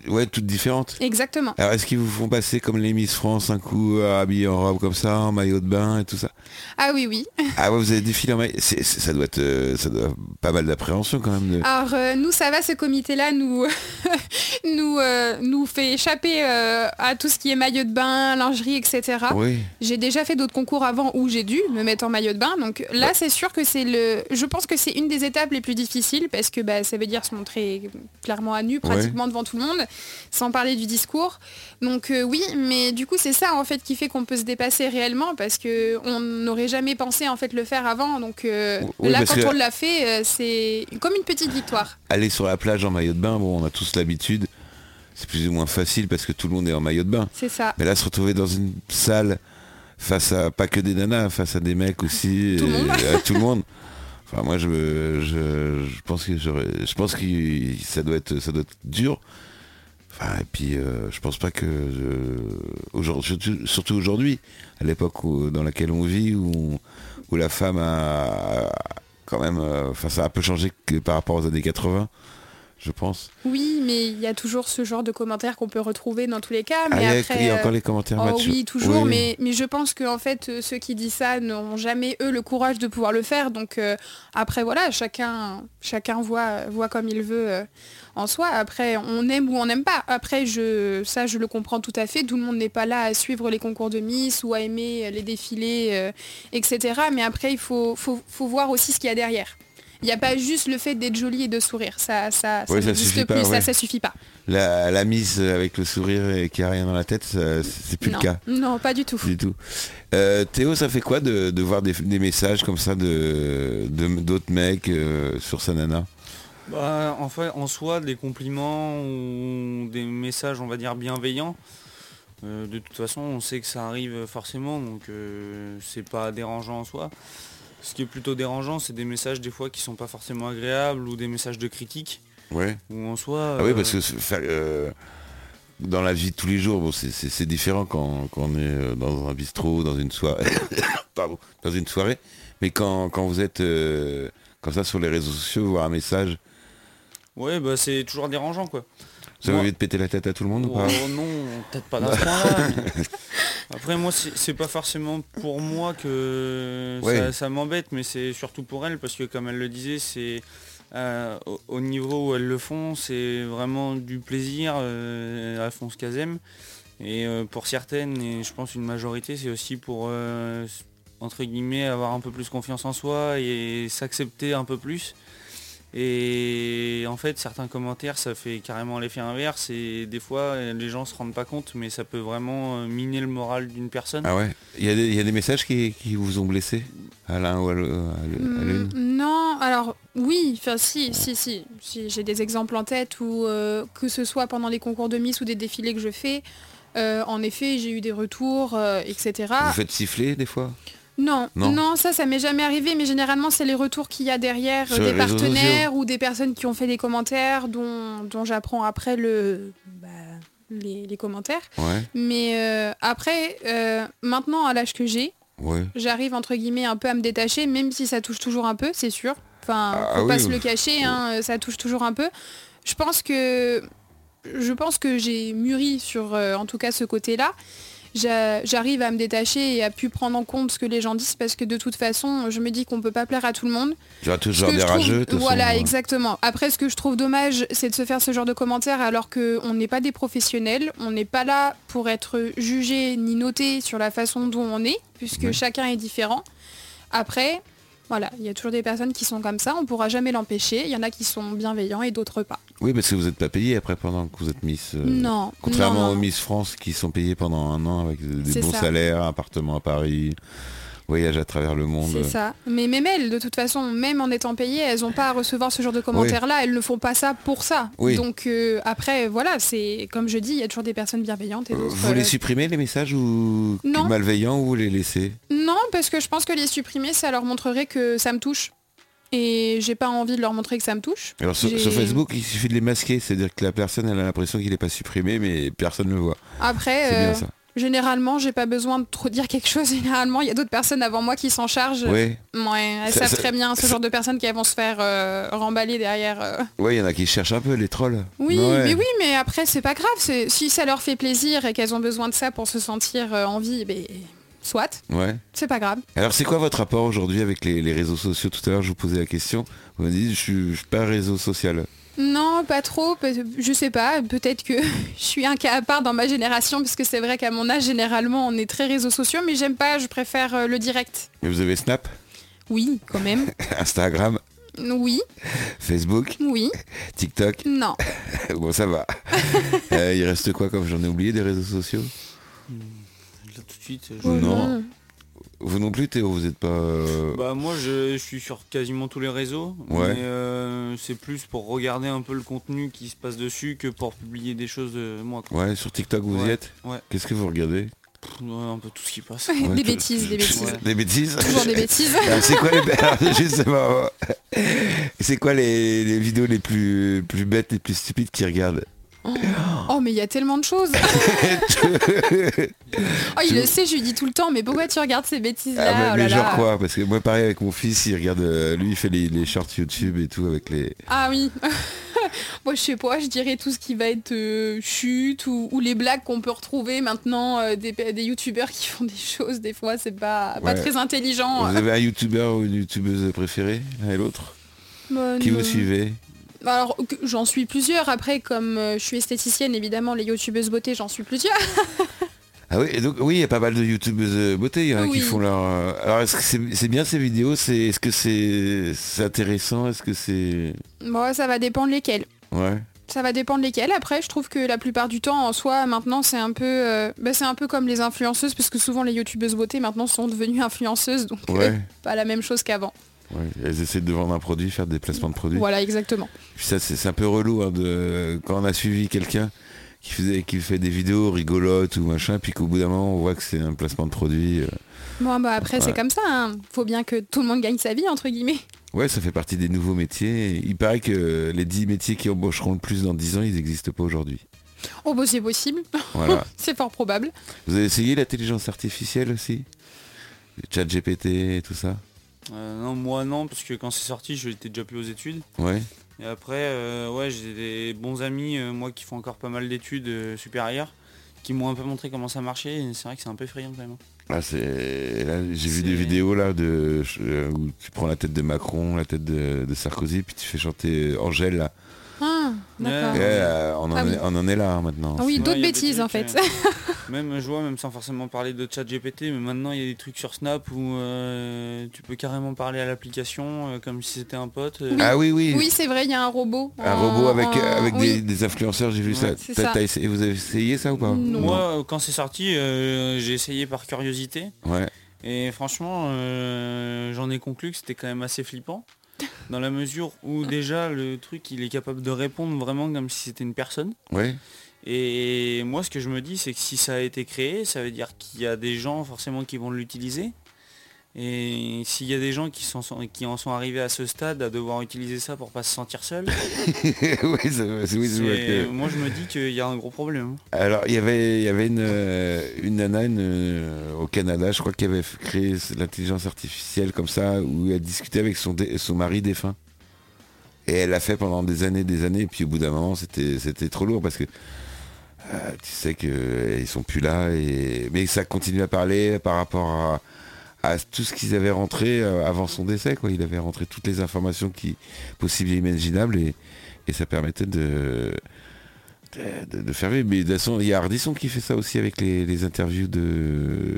Speaker 1: Ouais, toutes différentes.
Speaker 4: Exactement.
Speaker 1: Alors, est-ce qu'ils vous font passer comme les Miss France un coup euh, habillés en robe comme ça, en maillot de bain et tout ça
Speaker 4: Ah oui, oui.
Speaker 1: Ah ouais, vous avez défilé en maillot. c'est- c'est- Ça doit être euh, ça doit pas mal d'appréhension quand même. de-
Speaker 4: Alors euh, nous, ça va, ce comité-là nous, nous, euh, nous fait échapper euh, à tout ce qui est maillot de bain, lingerie, etc.
Speaker 1: Oui.
Speaker 4: J'ai déjà fait d'autres concours avant où j'ai dû me mettre en maillot de bain. Donc là, c'est sûr que c'est le. Je pense que c'est une des étapes les plus difficiles parce que bah, ça veut dire se montrer clairement à nu, pratiquement devant tout le monde, sans parler du discours. Donc euh, oui, mais du coup, c'est ça en fait qui fait qu'on peut se dépasser réellement parce que on n'aurait jamais pensé en fait le faire avant. Donc euh,
Speaker 1: Oui,
Speaker 4: là,
Speaker 1: parce
Speaker 4: quand
Speaker 1: que-
Speaker 4: on l'a fait, euh, c'est comme une petite victoire.
Speaker 1: Aller sur la plage en maillot de bain, bon, on a tous l'habitude. C'est plus ou moins facile parce que tout le monde est en maillot de bain.
Speaker 4: C'est ça.
Speaker 1: Mais là, se retrouver dans une salle face à pas que des nanas, face à des mecs aussi,
Speaker 4: Tout le monde.
Speaker 1: et à tout le monde. Enfin, moi, je, me- je, je pense que j'aurais- je pense que ça doit être, ça doit être dur. Enfin, et puis, euh, je pense pas que euh, aujourd'hui, surtout- surtout aujourd'hui, à l'époque où- dans laquelle on vit, où, où la femme a quand même, euh, enfin, ça a un peu changé que par rapport aux années 80, je pense.
Speaker 4: Oui, mais il y a toujours ce genre de commentaires qu'on peut retrouver dans tous les cas.
Speaker 1: Ah,
Speaker 4: Mais
Speaker 1: il y a-
Speaker 4: après,
Speaker 1: il y a
Speaker 4: euh,
Speaker 1: encore les commentaires
Speaker 4: Oh
Speaker 1: macho.
Speaker 4: oui, toujours,
Speaker 1: Ah, Oui.
Speaker 4: Mais, mais je pense que en fait, euh, ceux qui disent ça n'auront jamais, eux, le courage de pouvoir le faire. Donc euh, après, voilà, chacun, chacun voit, voit comme il veut euh, en soi. Après, on aime ou on n'aime pas. Après, je, ça, je le comprends tout à fait. Tout le monde n'est pas là à suivre les concours de Miss ou à aimer euh, les défilés, euh, etc. Mais après, il faut, faut, faut voir aussi ce qu'il y a derrière. Il n'y a pas juste le fait d'être jolie et de sourire. Ça, ça, ça
Speaker 1: Oui, ça
Speaker 4: n'existe
Speaker 1: suffit pas,
Speaker 4: plus.
Speaker 1: ouais.
Speaker 4: Ça, ça suffit pas.
Speaker 1: La, la mise avec le sourire et qui a rien dans la tête, ça, c'est plus
Speaker 4: non.
Speaker 1: le cas
Speaker 4: non, pas du tout.
Speaker 1: du tout. Euh, Théo, ça fait quoi de, de voir des, des messages comme ça de de- d'autres mecs euh, sur sa nana
Speaker 5: Bah, en fait, en soi, des compliments ou des messages, on va dire, bienveillants. euh, de toute façon, on sait que ça arrive forcément, donc euh, c'est pas dérangeant en soi. Ce qui est plutôt dérangeant, c'est des messages des fois qui sont pas forcément agréables ou des messages de critique.
Speaker 1: Ouais.
Speaker 5: Ou en soi.
Speaker 1: Ah oui,
Speaker 5: euh,
Speaker 1: parce que c'est- faire, euh, dans la vie de tous les jours, bon, c'est- c'est c'est différent quand, quand on est euh, dans un bistrot, dans une soirée, pardon, dans une soirée. Mais quand, quand vous êtes euh, comme ça sur les réseaux sociaux, voir un message,
Speaker 5: Ouais, bah c'est toujours dérangeant quoi.
Speaker 1: ça
Speaker 5: Moi-
Speaker 1: vous évite de péter la tête à tout le monde ou
Speaker 5: Oh,
Speaker 1: pas
Speaker 5: non, peut-être pas dans ce point-là. mais- Après moi c'est c'est pas forcément pour moi que ça-
Speaker 1: Ouais.
Speaker 5: ça, m'embête, mais c'est surtout pour elle parce que comme elle le disait, c'est euh, au, au niveau où elles le font, c'est vraiment du plaisir euh, à fond ce qu'elles aiment. Et euh, pour certaines, et je pense une majorité, c'est aussi pour euh, entre guillemets avoir un peu plus confiance en soi et s'accepter un peu plus. Et en fait, certains commentaires, ça fait carrément l'effet inverse. Et des fois, euh, les gens se rendent pas compte, mais ça peut vraiment euh, miner le moral d'une personne.
Speaker 1: Ah ouais Il y, a des- il y a des messages qui, qui vous ont blessé À l'un ou à l'au- à l'u- à l'une
Speaker 4: Hmm, Non, alors oui, enfin si, si, si, si, j'ai des exemples en tête où euh, que ce soit pendant les concours de Miss ou des défilés que je fais, euh, en effet j'ai eu des retours, euh, etc.
Speaker 1: Vous faites siffler des fois
Speaker 4: Non,
Speaker 1: Non.
Speaker 4: non, ça, ça m'est jamais arrivé, mais généralement c'est les retours qu'il y a derrière euh,
Speaker 1: Sur les
Speaker 4: des
Speaker 1: réseaux
Speaker 4: partenaires ou des personnes qui ont fait des commentaires dont, dont j'apprends après le, bah, les, les commentaires.
Speaker 1: Ouais,
Speaker 4: Mais euh, après, euh, maintenant à l'âge que j'ai,
Speaker 1: ouais.
Speaker 4: j'arrive entre guillemets un peu à me détacher, même si ça touche toujours un peu, c'est sûr. Enfin,
Speaker 1: Ah
Speaker 4: faut
Speaker 1: oui,
Speaker 4: pas
Speaker 1: ouf.
Speaker 4: se le cacher, hein, euh, ça touche toujours un peu. Je pense que je pense que j'ai mûri sur, euh, en tout cas, ce côté-là. j'a- j'arrive à me détacher et à pu prendre en compte ce que les gens disent parce que de toute façon, je me dis qu'on peut pas plaire à tout le monde.
Speaker 1: Tu vois
Speaker 4: Ce
Speaker 1: toujours
Speaker 4: que
Speaker 1: des
Speaker 4: je trouve-
Speaker 1: rageux. de toute
Speaker 4: Voilà,
Speaker 1: façon. euh.
Speaker 4: exactement. Après, ce que je trouve dommage, c'est de se faire ce genre de commentaires alors qu'on n'est pas des professionnels, on n'est pas là pour être jugé ni noté sur la façon dont on est, puisque chacun est différent. Après, voilà, il y a toujours des personnes qui sont comme ça, on ne pourra jamais l'empêcher. Il y en a qui sont bienveillants et d'autres pas.
Speaker 1: Oui, parce que vous n'êtes pas payé après pendant que vous êtes Miss. euh,
Speaker 4: non.
Speaker 1: Contrairement
Speaker 4: non, non,
Speaker 1: aux
Speaker 4: non.
Speaker 1: Miss France qui sont payées pendant un an avec des
Speaker 4: C'est
Speaker 1: bons
Speaker 4: ça.
Speaker 1: salaires, appartement à Paris, voyage à travers le monde.
Speaker 4: C'est ça. Mais même elles, de toute façon, même en étant payées, elles n'ont pas à recevoir ce genre de commentaires-là. Elles ne font pas ça pour ça.
Speaker 1: Oui.
Speaker 4: Donc euh, après, voilà, c'est comme je dis, il y a toujours des personnes bienveillantes et
Speaker 1: Euh,
Speaker 4: d'autres.
Speaker 1: Vous les
Speaker 4: euh,
Speaker 1: supprimez les messages ou
Speaker 4: Non.
Speaker 1: malveillants ou vous les laissez
Speaker 4: Non, parce que je pense que les supprimer, ça leur montrerait que ça me touche. Et j'ai pas envie de leur montrer que ça me touche.
Speaker 1: Alors sur,
Speaker 4: J'ai-
Speaker 1: sur Facebook, il suffit de les masquer, c'est-à-dire que la personne elle a l'impression qu'il n'est pas supprimé, mais personne ne le voit. C'est
Speaker 4: Après, euh,
Speaker 1: bien ça.
Speaker 4: généralement, j'ai pas besoin de trop dire quelque chose. Généralement, il y a d'autres personnes avant moi qui s'en chargent.
Speaker 1: Oui,
Speaker 4: Ouais, elles
Speaker 1: Ça-
Speaker 4: savent
Speaker 1: ça-
Speaker 4: très bien ce
Speaker 1: ça-
Speaker 4: genre de personnes qui vont se faire euh, remballer derrière. euh.
Speaker 1: ouais, il y en a qui cherchent un peu les trolls.
Speaker 4: Oui,
Speaker 1: Ouais.
Speaker 4: mais oui, mais après, c'est pas grave. c'est- Si ça leur fait plaisir et qu'elles ont besoin de ça pour se sentir euh, en vie, ben, soit,
Speaker 1: Ouais.
Speaker 4: c'est pas grave.
Speaker 1: Alors c'est quoi votre rapport aujourd'hui avec les, les réseaux sociaux Tout à l'heure je vous posais la question, vous me dites je suis, je suis pas réseau social.
Speaker 4: Non, pas trop. parce que- Je sais pas. Peut-être que je suis un cas à part dans ma génération, parce que c'est vrai qu'à mon âge, généralement, on est très réseaux sociaux, mais j'aime pas. Je préfère euh, le direct.
Speaker 1: Mais vous avez Snap,
Speaker 4: Oui, quand même.
Speaker 1: Instagram,
Speaker 4: Oui,
Speaker 1: Facebook,
Speaker 4: oui,
Speaker 1: TikTok,
Speaker 4: non.
Speaker 1: bon ça va. Euh, il reste quoi comme j'en ai oublié des réseaux sociaux
Speaker 5: Là, tout de suite, je-
Speaker 1: Oh non. Vous non plus Théo, vous n'êtes pas... euh,
Speaker 5: Bah moi je, je suis sur quasiment tous les réseaux.
Speaker 1: Ouais.
Speaker 5: Mais euh, c'est plus pour regarder un peu le contenu qui se passe dessus que pour publier des choses de moi. quoi.
Speaker 1: Ouais, sur TikTok vous y
Speaker 5: Ouais,
Speaker 1: êtes
Speaker 5: ouais.
Speaker 1: Qu'est-ce que vous regardez
Speaker 5: Ouais, un peu tout ce qui passe.
Speaker 4: Des
Speaker 1: Ouais, tout-
Speaker 4: bêtises, des bêtises.
Speaker 5: Ouais.
Speaker 1: Des bêtises
Speaker 4: Toujours des bêtises.
Speaker 1: Alors, Euh, c'est quoi les Alors, justement, c'est quoi les, les vidéos les plus plus bêtes les plus stupides qu'ils regardent Ah.
Speaker 4: Oh, mais il y a tellement de choses. Oh, il le sait, je lui dis tout le temps, mais pourquoi tu regardes ces
Speaker 1: Ah,
Speaker 4: bêtises-là
Speaker 1: mais,
Speaker 4: Oh
Speaker 1: mais
Speaker 4: là
Speaker 1: genre
Speaker 4: là.
Speaker 1: quoi Parce que moi pareil avec mon fils, il regarde, euh, lui il fait les, les shorts YouTube et tout avec les.
Speaker 4: Ah oui. Moi, je sais pas, je dirais tout ce qui va être euh, chute ou, ou les blagues qu'on peut retrouver maintenant euh, des, des youtubeurs qui font des choses, des fois, c'est pas, pas
Speaker 1: Ouais.
Speaker 4: très intelligent.
Speaker 1: Vous avez un youtubeur ou une youtubeuse préférée l'un et l'autre
Speaker 4: Bah,
Speaker 1: Qui vous
Speaker 4: non.
Speaker 1: suivez
Speaker 4: Alors, que- j'en suis plusieurs. Après, comme euh, je suis esthéticienne, évidemment, les youtubeuses beauté, j'en suis plusieurs.
Speaker 1: Ah oui, et donc oui, il y a pas mal de youtubeuses euh, beauté il y en a qui
Speaker 4: Oui.
Speaker 1: font leur. euh, Alors est-ce que c'est c'est bien ces vidéos C'est est-ce que c'est c'est intéressant Est-ce que c'est
Speaker 4: Bon, ça va dépendre lesquelles.
Speaker 1: ouais
Speaker 4: Ça va dépendre lesquelles. Après, je trouve que la plupart du temps, en soi, maintenant, c'est un peu, euh, bah, c'est un peu comme les influenceuses, parce que souvent, les youtubeuses beauté, maintenant, sont devenues influenceuses, donc euh,
Speaker 1: ouais,
Speaker 4: pas la même chose qu'avant.
Speaker 1: ouais. Elles essaient de vendre un produit, faire des placements de produits.
Speaker 4: Voilà, exactement.
Speaker 1: Puis ça, c'est c'est un peu relou hein, de, quand on a suivi quelqu'un qui, faisait, qui fait des vidéos rigolotes ou machin, puis qu'au bout d'un moment, on voit que c'est un placement de produit. euh.
Speaker 4: Bon, bah après,
Speaker 1: Ouais.
Speaker 4: c'est comme ça. hein. Faut bien que tout le monde gagne sa vie, entre guillemets.
Speaker 1: Ouais, ça fait partie des nouveaux métiers. Il paraît que les 10 métiers qui embaucheront le plus dans 10 ans, ils n'existent pas aujourd'hui.
Speaker 4: Oh, bah c'est possible.
Speaker 1: Voilà.
Speaker 4: c'est fort probable.
Speaker 1: Vous avez essayé l'intelligence artificielle aussi Le Chat GPT et tout ça
Speaker 5: Euh, non moi non parce que quand c'est sorti je n'étais déjà plus aux études.
Speaker 1: Ouais.
Speaker 5: Et après euh, ouais j'ai des bons amis euh, moi qui font encore pas mal d'études euh, supérieures qui m'ont un peu montré comment ça marchait et c'est vrai que c'est un peu effrayant quand même. hein.
Speaker 1: Là, Ah, c'est... là j'ai vu
Speaker 5: C'est-
Speaker 1: des vidéos là de... euh, où tu prends la tête de Macron, la tête de, de Sarkozy, puis tu fais chanter euh, Angèle là.
Speaker 4: Ah, d'accord.
Speaker 1: Et,
Speaker 5: Ouais.
Speaker 1: euh, on, en
Speaker 4: Ah oui.
Speaker 1: est, on en est là hein, maintenant.
Speaker 4: Ah oui,
Speaker 5: Ouais,
Speaker 4: d'autres
Speaker 5: il y a des
Speaker 4: bêtises, en
Speaker 5: trucs,
Speaker 4: fait.
Speaker 5: euh, même je vois, même sans forcément parler de chat GPT, mais maintenant il y a des trucs sur Snap où euh, tu peux carrément parler à l'application euh, comme si c'était un pote. euh,
Speaker 1: Ah oui, oui.
Speaker 4: Oui, c'est vrai, il y a un robot.
Speaker 1: Un
Speaker 4: en-
Speaker 1: robot avec, euh,
Speaker 4: en-
Speaker 1: avec
Speaker 4: oui.
Speaker 1: des, des influenceurs, j'ai vu ça.
Speaker 5: Ouais,
Speaker 4: c'est
Speaker 1: T'as-
Speaker 4: ça.
Speaker 1: t'as essayé- vous avez essayé ça ou pas
Speaker 4: Non.
Speaker 5: Moi, quand c'est sorti, euh, j'ai essayé par curiosité.
Speaker 1: Ouais.
Speaker 5: Et franchement, euh, j'en ai conclu que c'était quand même assez flippant. Dans la mesure où déjà le truc il est capable de répondre vraiment comme si c'était une personne.
Speaker 1: Ouais.
Speaker 5: Et moi ce que je me dis c'est que si ça a été créé, ça veut dire qu'il y a des gens forcément qui vont l'utiliser. Et s'il y a des gens qui, s'en sont- qui en sont arrivés à ce stade à devoir utiliser ça pour pas se sentir seul,
Speaker 1: oui, ça- oui, c'est
Speaker 5: c'est-
Speaker 1: vrai que-
Speaker 5: moi je me dis qu'il y a un gros problème. hein.
Speaker 1: Alors, il y avait, il y avait une, euh, une nana une, euh, au Canada, je crois, qui avait créé l'intelligence artificielle comme ça, où elle discutait avec son, dé- son mari défunt. Et elle l'a fait pendant des années, des années, et puis au bout d'un moment, c'était c'était trop lourd parce que euh, tu sais qu'ils sont plus là. Et... Mais ça continue à parler par rapport à, à tout ce qu'ils avaient rentré euh, avant son décès. Quoi. Il avait rentré toutes les informations qui possibles et imaginables et, et ça permettait de, de, de- de faire vivre. Mais de toute façon, il y a Ardisson qui fait ça aussi avec les, les interviews de,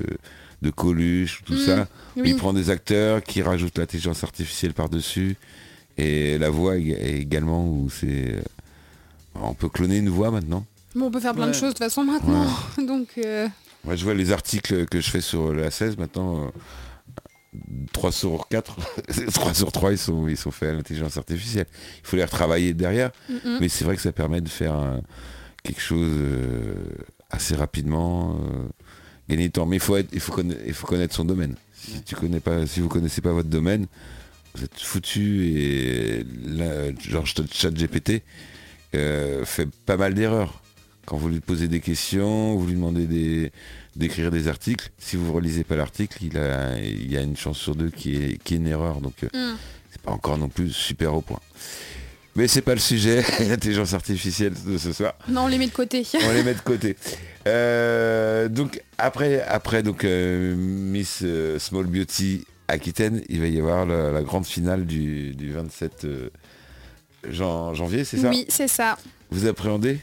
Speaker 1: de Coluche, tout
Speaker 4: Mhm.
Speaker 1: ça.
Speaker 4: Oui.
Speaker 1: Il prend des acteurs qui rajoutent l'intelligence artificielle par-dessus. Et la voix ég- également où c'est. euh, On peut cloner une voix maintenant.
Speaker 4: Bon, on peut faire plein de
Speaker 5: Ouais.
Speaker 4: choses de toute façon maintenant. Donc, euh,
Speaker 1: Moi je vois les articles que je fais sur la 16 maintenant. euh, 3 sur 4, 3 sur 3 ils sont, ils sont faits à l'intelligence artificielle. Il faut les retravailler derrière.
Speaker 4: mm, mm.
Speaker 1: Mais c'est vrai que ça permet de faire un- quelque chose euh, assez rapidement, euh, gagner du temps. Mais il faut, être, il, faut conna- il faut connaître son domaine. Si tu connais pas, si vous connaissez pas votre domaine, vous êtes foutu et là, genre chat GPT euh, fait pas mal d'erreurs. Quand vous lui posez des questions, vous lui demandez des- d'écrire des articles, si vous ne relisez pas l'article, il, a- il y a une chance sur deux qui est, qui est une erreur. Donc euh,
Speaker 4: Mm.
Speaker 1: c'est pas encore non plus super au point. Mais c'est pas le sujet, l'intelligence artificielle de ce soir.
Speaker 4: non, on les met de côté.
Speaker 1: On les met de côté. Euh, donc après, après donc euh, Miss euh, Small Beauty Aquitaine, il va y avoir la, la grande finale du, du 27 euh, jan- janvier, c'est ça
Speaker 4: Oui, c'est ça.
Speaker 1: Vous appréhendez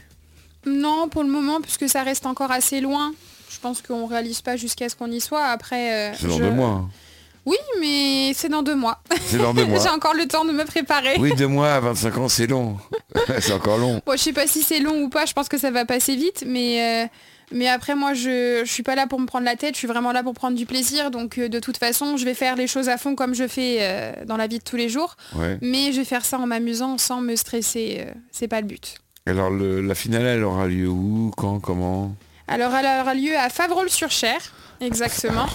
Speaker 4: Non, pour le moment, puisque ça reste encore assez loin. Je pense qu'on réalise pas jusqu'à ce qu'on y soit. Après, euh,
Speaker 1: C'est dans
Speaker 4: je-
Speaker 1: deux mois. hein.
Speaker 4: Oui, mais c'est dans deux mois.
Speaker 1: C'est dans deux
Speaker 4: J'ai
Speaker 1: mois.
Speaker 4: encore le temps de me préparer.
Speaker 1: Oui, deux mois à 25 ans, c'est long. c'est encore long.
Speaker 4: Bon, je sais pas si c'est long ou pas, je pense que ça va passer vite, mais, euh, mais après moi je, je suis pas là pour me prendre la tête, je suis vraiment là pour prendre du plaisir, donc euh, de toute façon je vais faire les choses à fond comme je fais euh, dans la vie de tous les jours,
Speaker 1: Ouais.
Speaker 4: mais je vais faire ça en m'amusant, sans me stresser, euh, c'est pas le but.
Speaker 1: Alors le- la finale, elle aura lieu où, quand, comment
Speaker 4: Alors elle aura lieu à Faverolles-sur-Cher, exactement,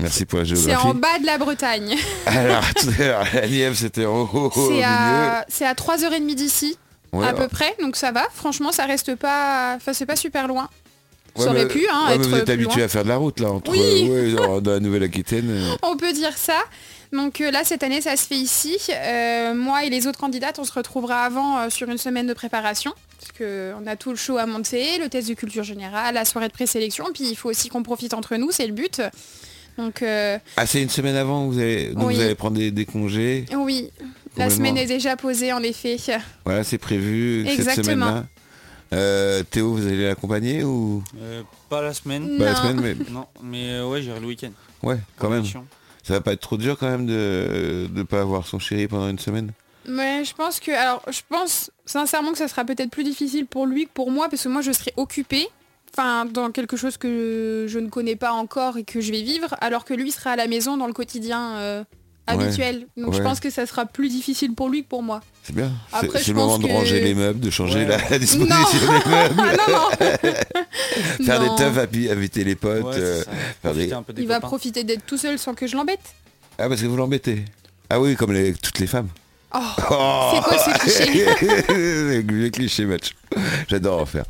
Speaker 1: Merci pour la
Speaker 4: c'est en
Speaker 1: géographie.
Speaker 4: bas de la Bretagne,
Speaker 1: Alors, tout à l'heure, la Nièvre, c'était au, au- au
Speaker 4: c'est
Speaker 1: milieu.
Speaker 4: à, c'est à 3h30 d'ici,
Speaker 1: Oh, Ouais,
Speaker 4: à peu près, donc ça va, franchement ça reste pas, enfin c'est pas super loin.
Speaker 1: ouais,
Speaker 4: ça aurait
Speaker 1: mais-
Speaker 4: pu hein,
Speaker 1: ouais, mais
Speaker 4: être
Speaker 1: vous êtes
Speaker 4: plus loin.
Speaker 1: habitué à faire de la route là entre
Speaker 4: Oui.
Speaker 1: euh, ouais, alors, dans la Nouvelle-Aquitaine. euh,
Speaker 4: On peut dire ça. Donc euh, là, cette année, ça se fait ici. Euh, moi et les autres candidates, on se retrouvera avant euh, sur une semaine de préparation. Parce qu'on a tout le show à monter, le test de culture générale, la soirée de présélection. Puis il faut aussi qu'on profite entre nous, c'est le but. Donc euh,
Speaker 1: Ah c'est une semaine avant vous allez donc
Speaker 4: Oui.
Speaker 1: vous allez prendre des, des congés.
Speaker 4: oui, la
Speaker 1: Complètement. Bah,
Speaker 4: semaine est déjà posée en effet.
Speaker 1: Voilà c'est prévu cette
Speaker 4: Exactement.
Speaker 1: semaine là. Théo vous allez l'accompagner ou
Speaker 5: Euh, pas la semaine.
Speaker 1: pas la
Speaker 4: Non.
Speaker 1: semaine mais
Speaker 4: Mm.
Speaker 5: Non, mais euh, ouais, j'irai le week-end.
Speaker 1: ouais quand même.
Speaker 5: Chiant.
Speaker 1: Ça va pas être trop dur quand même de ne pas avoir son chéri pendant une semaine.
Speaker 4: Mais je pense que, alors je pense sincèrement que ça sera peut-être plus difficile pour lui que pour moi parce que moi je serai occupée, enfin dans quelque chose que je ne connais pas encore et que je vais vivre, alors que lui sera à la maison dans le quotidien euh,
Speaker 1: Ouais.
Speaker 4: habituel. Donc je
Speaker 1: Ouais.
Speaker 4: pense que ça sera plus difficile pour lui que pour moi.
Speaker 1: C'est bien. C'est-
Speaker 4: Après,
Speaker 1: C'est
Speaker 4: je
Speaker 1: le moment
Speaker 4: pense
Speaker 1: de
Speaker 4: que-
Speaker 1: ranger les meubles, de changer
Speaker 5: Ouais.
Speaker 1: la, la disposition des meubles,
Speaker 4: Ah non non.
Speaker 1: faire
Speaker 4: Non.
Speaker 1: des teufs, happy- inviter les potes.
Speaker 5: Ouais,
Speaker 1: euh,
Speaker 5: c'est ça. Oh,
Speaker 1: faire des-
Speaker 5: Profiter un peu des
Speaker 4: Il va
Speaker 5: copains.
Speaker 4: profiter d'être tout seul sans que je l'embête.
Speaker 1: Ah parce que vous l'embêtez. Ah oui comme les- toutes les femmes.
Speaker 4: Oh,
Speaker 1: Oh
Speaker 4: C'est quoi ce cliché
Speaker 1: Le vieux cliché match. J'adore en faire.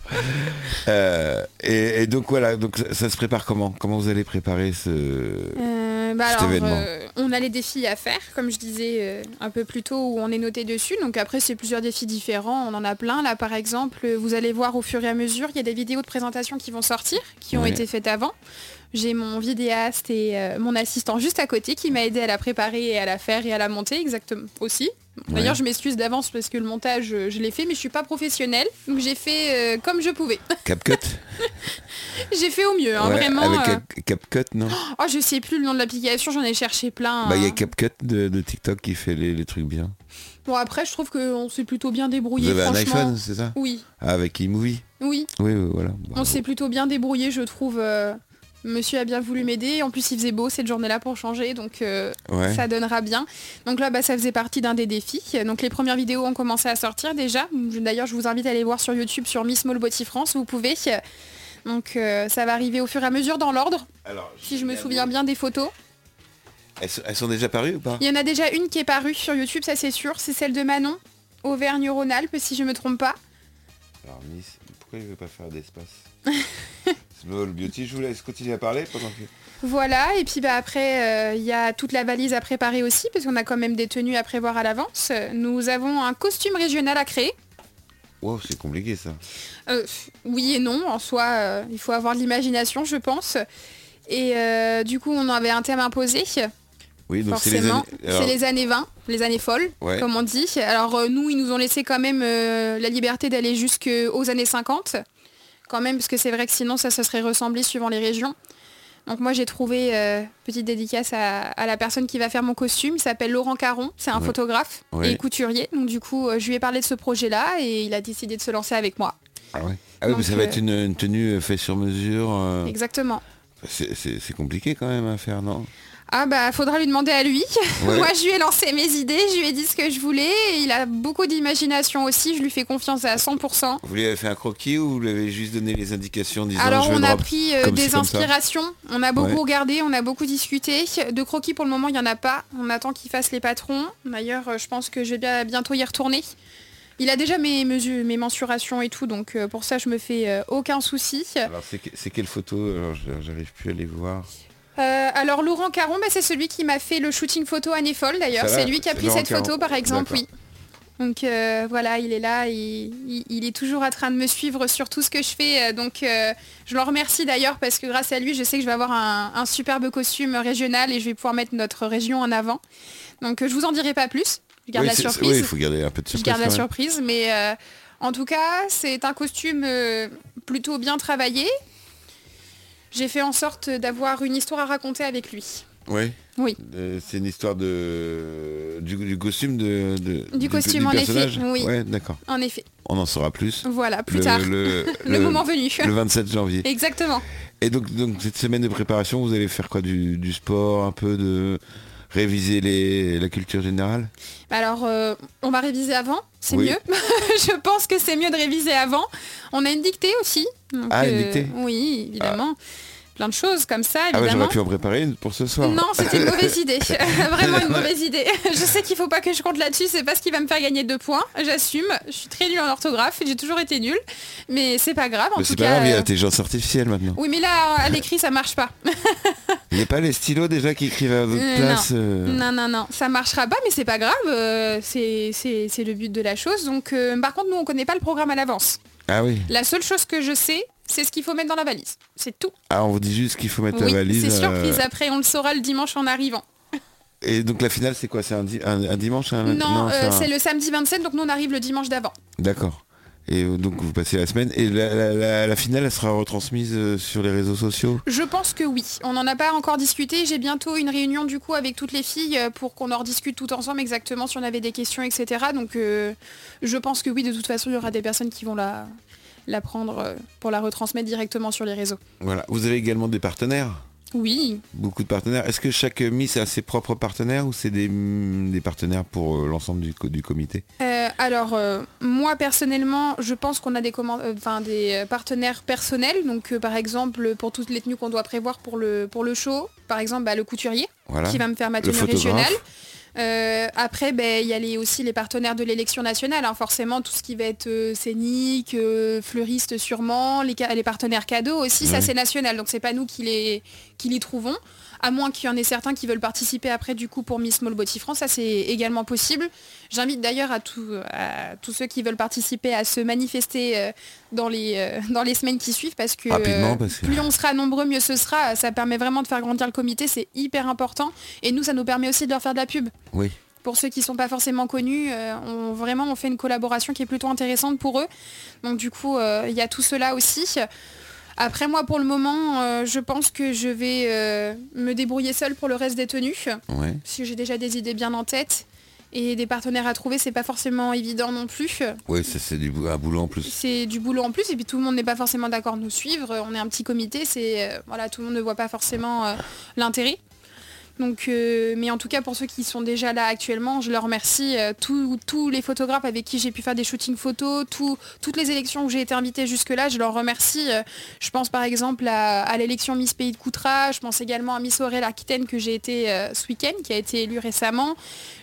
Speaker 1: Euh, et, et donc voilà, donc ça, ça se prépare comment Comment vous allez préparer ce.
Speaker 4: Euh, bah
Speaker 1: Cet
Speaker 4: alors,
Speaker 1: événement.
Speaker 4: euh, on a les défis à faire, comme je disais euh, un peu plus tôt, où on est noté dessus. Donc après, c'est plusieurs défis différents. On en a plein. Là, par exemple, euh, vous allez voir au fur et à mesure, il y a des vidéos de présentation qui vont sortir, qui ont
Speaker 1: Ouais.
Speaker 4: été faites avant. J'ai mon vidéaste et euh, mon assistant juste à côté qui m'a aidé à la préparer et à la faire et à la monter exactement aussi. D'ailleurs,
Speaker 1: Ouais.
Speaker 4: je m'excuse d'avance parce que le montage, euh, je l'ai fait, mais je suis pas professionnelle. Donc j'ai fait euh, comme je pouvais.
Speaker 1: CapCut
Speaker 4: j'ai fait au mieux, hein,
Speaker 1: Ouais,
Speaker 4: vraiment.
Speaker 1: Avec
Speaker 4: euh.
Speaker 1: Cap- CapCut, non
Speaker 4: Oh, je sais plus le nom de l'application, j'en ai cherché plein.
Speaker 1: Bah il y a
Speaker 4: hein.
Speaker 1: CapCut de, de TikTok qui fait les, les trucs bien.
Speaker 4: Bon après je trouve qu'on s'est plutôt bien
Speaker 1: Vous
Speaker 4: débrouillé
Speaker 1: avez un
Speaker 4: franchement.
Speaker 1: iPhone, Bah, c'est ça
Speaker 4: Oui,
Speaker 1: Ah, Avec iMovie
Speaker 4: oui,
Speaker 1: Oui, oui, voilà. Bravo.
Speaker 4: on s'est plutôt bien débrouillé je trouve. euh, Monsieur a bien voulu m'aider, en plus il faisait beau cette journée-là pour changer, donc euh,
Speaker 1: Ouais.
Speaker 4: ça donnera bien. Donc là bah, ça faisait partie d'un des défis. Donc les premières vidéos ont commencé à sortir déjà. Je- D'ailleurs je vous invite à aller voir sur YouTube sur Miss Small Body France, vous pouvez. Donc euh, ça va arriver au fur et à mesure dans l'ordre,
Speaker 1: Alors,
Speaker 4: si je me souviens bien des photos.
Speaker 1: Elles, sont- elles sont déjà parues ou pas
Speaker 4: Il y en a déjà une qui est parue sur YouTube, ça c'est sûr, c'est celle de Manon, Auvergne-Rhône-Alpes si je me trompe pas.
Speaker 1: Alors Miss, pourquoi il veut pas faire d'espace Small Beauty, je vous laisse continuer à parler pendant que.
Speaker 4: Voilà, et puis bah, après, euh, il y a toute la valise à préparer aussi, parce qu'on a quand même des tenues à prévoir à l'avance. Nous avons un costume régional à créer.
Speaker 1: Wow, c'est compliqué ça.
Speaker 4: Euh, oui et non, en soi, euh, il faut avoir de l'imagination, je pense. Et euh, du coup, on avait un thème imposé,
Speaker 1: Oui, donc c'est les
Speaker 4: forcément.
Speaker 1: années-
Speaker 4: C'est
Speaker 1: alors,
Speaker 4: les années 20, les années folles,
Speaker 1: Ouais.
Speaker 4: comme on dit. Alors euh, nous, ils nous ont laissé quand même euh, la liberté d'aller jusqu'aux années 50, quand même, parce que c'est vrai que sinon, ça se serait ressemblé suivant les régions. Donc moi, j'ai trouvé, euh, petite dédicace à, à la personne qui va faire mon costume, il s'appelle Laurent Caron, c'est un
Speaker 1: Ouais.
Speaker 4: photographe
Speaker 1: Ouais.
Speaker 4: et couturier. Donc du coup, euh, je lui ai parlé de ce projet-là et il a décidé de se lancer avec moi.
Speaker 1: Ah, ouais. Ah oui, mais
Speaker 4: Donc,
Speaker 1: ça va
Speaker 4: euh,
Speaker 1: être une, une tenue euh, faite sur mesure. euh,
Speaker 4: Exactement.
Speaker 1: c'est- C'est c'est compliqué quand même à faire, non
Speaker 4: Ah bah faudra lui demander à lui.
Speaker 1: Ouais.
Speaker 4: Moi je lui ai lancé mes idées, je lui ai dit ce que je voulais, et il a beaucoup d'imagination aussi, je lui fais confiance à 100%.
Speaker 1: Vous lui avez fait un croquis ou vous lui avez juste donné les indications en disant
Speaker 4: Alors
Speaker 1: je veux
Speaker 4: on
Speaker 1: une
Speaker 4: a
Speaker 1: robe
Speaker 4: pris euh,
Speaker 1: comme ci,
Speaker 4: des
Speaker 1: comme ça.
Speaker 4: inspirations, on a beaucoup
Speaker 1: Ouais.
Speaker 4: regardé, on a beaucoup discuté. De croquis pour le moment il n'y en a pas, on attend qu'il fasse les patrons. D'ailleurs euh, je pense que je vais bien- bientôt y retourner. Il a déjà mes mesures, mes mensurations et tout, donc euh, pour ça je me fais euh, aucun souci.
Speaker 1: Alors c'est que- c'est quelle photo Alors je- j'arrive plus à les voir.
Speaker 4: Euh, alors Laurent Caron, bah, c'est celui qui m'a fait le shooting photo Année Folle d'ailleurs.
Speaker 1: Ça va,
Speaker 4: C'est lui qui a pris
Speaker 1: Laurent
Speaker 4: cette photo
Speaker 1: Caron.
Speaker 4: par exemple, oui.
Speaker 1: D'accord.
Speaker 4: Donc euh, voilà, il est là, il, il- il est toujours en train de me suivre sur tout ce que je fais. euh, Donc euh, je l'en remercie d'ailleurs parce que grâce à lui, je sais que je vais avoir un, un superbe costume régional et je vais pouvoir mettre notre région en avant. Donc euh, je vous en dirai pas plus. Je garde
Speaker 1: Oui,
Speaker 4: la
Speaker 1: c'est- c'est-
Speaker 4: surprise.
Speaker 1: Oui, il faut garder un peu de
Speaker 4: Je
Speaker 1: surprise.
Speaker 4: garde la
Speaker 1: quand même.
Speaker 4: surprise, mais euh, en tout cas, c'est un costume euh, plutôt bien travaillé. J'ai fait en sorte d'avoir une histoire à raconter avec lui.
Speaker 1: Ouais.
Speaker 4: Oui.
Speaker 1: Euh, c'est une histoire de du, du costume de, de-
Speaker 4: Du costume, en effet,
Speaker 1: personnage
Speaker 4: oui.
Speaker 1: Ouais, d'accord.
Speaker 4: En effet,
Speaker 1: On en saura plus.
Speaker 4: voilà, plus
Speaker 1: le,
Speaker 4: tard,
Speaker 1: Le,
Speaker 4: le,
Speaker 1: le-
Speaker 4: moment venu.
Speaker 1: le 27 janvier.
Speaker 4: Exactement.
Speaker 1: Et donc, donc cette semaine de préparation, vous allez faire quoi du, du sport, un peu de réviser les, la culture générale
Speaker 4: Alors, euh, on va réviser avant, c'est
Speaker 1: Oui.
Speaker 4: mieux. Je pense que c'est mieux de réviser avant. On a une dictée aussi. donc, euh,
Speaker 1: Ah, une dictée
Speaker 4: Oui, évidemment. Plein de choses comme ça,
Speaker 1: Ah ouais,
Speaker 4: évidemment.
Speaker 1: j'aurais pu en préparer une pour ce soir.
Speaker 4: Non, c'était une mauvaise idée. Vraiment une mauvaise idée. Je sais qu'il faut pas que je compte là-dessus, c'est pas ce qui va me faire gagner deux points. J'assume. Je suis très nulle en orthographe, j'ai toujours été nulle. Mais c'est pas grave, en
Speaker 1: Mais
Speaker 4: tout
Speaker 1: c'est pas grave,
Speaker 4: cas.
Speaker 1: il y a
Speaker 4: euh,
Speaker 1: l'intelligence artificielle maintenant.
Speaker 4: Oui, mais là, à l'écrit, ça marche pas.
Speaker 1: Il n'y a pas les stylos déjà qui écrivent à votre
Speaker 4: Euh,
Speaker 1: place euh,
Speaker 4: Non, non, non, ça marchera pas, mais c'est pas grave. euh, c'est c'est- c'est le but de la chose. Donc, euh, par contre, nous, on connaît pas le programme à l'avance.
Speaker 1: Ah oui.
Speaker 4: La seule chose que je sais, c'est ce qu'il faut mettre dans la valise. C'est tout.
Speaker 1: Ah, on vous dit juste qu'il faut mettre
Speaker 4: Oui,
Speaker 1: la valise.
Speaker 4: c'est
Speaker 1: euh,
Speaker 4: surprise. Après, on le saura le dimanche en arrivant.
Speaker 1: Et donc la finale, c'est quoi C'est un, di- un- un dimanche hein, un-
Speaker 4: Non, euh,
Speaker 1: c'est un-
Speaker 4: c'est le samedi 27, donc nous, on arrive le dimanche d'avant.
Speaker 1: D'accord. Et euh, donc vous passez la semaine. Et la, la- la- la finale, elle sera retransmise euh, sur les réseaux sociaux
Speaker 4: Je pense que oui. On n'en a pas encore discuté. J'ai bientôt une réunion du coup avec toutes les filles euh, pour qu'on en rediscute tout ensemble exactement si on avait des questions, etc. Donc euh, je pense que oui, de toute façon, il y aura des personnes qui vont la, la prendre euh, pour la retransmettre directement sur les réseaux.
Speaker 1: Voilà. Vous avez également des partenaires
Speaker 4: Oui.
Speaker 1: Beaucoup de partenaires. Est-ce que chaque euh, Miss a ses propres partenaires ou c'est des, mm, des partenaires pour euh, l'ensemble du, co- du comité
Speaker 4: Euh, alors euh, moi personnellement, je pense qu'on a des, commandes- euh, enfin, des euh, partenaires personnels. Donc euh, par exemple, pour toutes les tenues qu'on doit prévoir pour le, pour le show, par exemple bah, le couturier
Speaker 1: Voilà.
Speaker 4: qui va me faire ma
Speaker 1: Le
Speaker 4: tenue
Speaker 1: photographe.
Speaker 4: régionale. Euh, après, ben, il y a les- aussi les partenaires de l'élection nationale, hein, forcément, tout ce qui va être euh, scénique, euh, fleuriste sûrement, les, ca- les partenaires cadeaux aussi, ça
Speaker 1: Ouais.
Speaker 4: c'est national, donc c'est pas nous qui les, qui les trouvons, à moins qu'il y en ait certains qui veulent participer après du coup pour Miss Small Body France, ça c'est également possible. J'invite d'ailleurs à, tout- à tous ceux qui veulent participer à se manifester euh, dans, les, euh, dans les semaines qui suivent, parce que
Speaker 1: Rapidement,
Speaker 4: euh,
Speaker 1: parce que-
Speaker 4: plus on sera nombreux, mieux ce sera, ça permet vraiment de faire grandir le comité, c'est hyper important, et nous ça nous permet aussi de leur faire de la pub
Speaker 1: Oui.
Speaker 4: pour ceux qui ne sont pas forcément connus, euh, on, vraiment on fait une collaboration qui est plutôt intéressante pour eux. Donc du coup, euh, il y a tout cela aussi. Après moi pour le moment, euh, je pense que je vais euh, me débrouiller seule pour le reste des tenues,
Speaker 1: Ouais.
Speaker 4: parce que j'ai déjà des idées bien en tête. Et des partenaires à trouver, c'est pas forcément évident non plus.
Speaker 1: Oui, ça c'est du bou- un boulot en plus.
Speaker 4: C'est du boulot en plus, et puis tout le monde n'est pas forcément d'accord de nous suivre. On est un petit comité, c'est euh, voilà, tout le monde ne voit pas forcément euh, l'intérêt. Donc, euh, mais en tout cas, pour ceux qui sont déjà là actuellement, je leur remercie euh, tous- tous les photographes avec qui j'ai pu faire des shootings photos, tout- toutes les élections où j'ai été invitée jusque-là, je leur remercie. Euh, je pense par exemple à, à l'élection Miss Pays de Coutras, je pense également à Miss Aurel Aquitaine que j'ai été euh, ce week-end, qui a été élue récemment.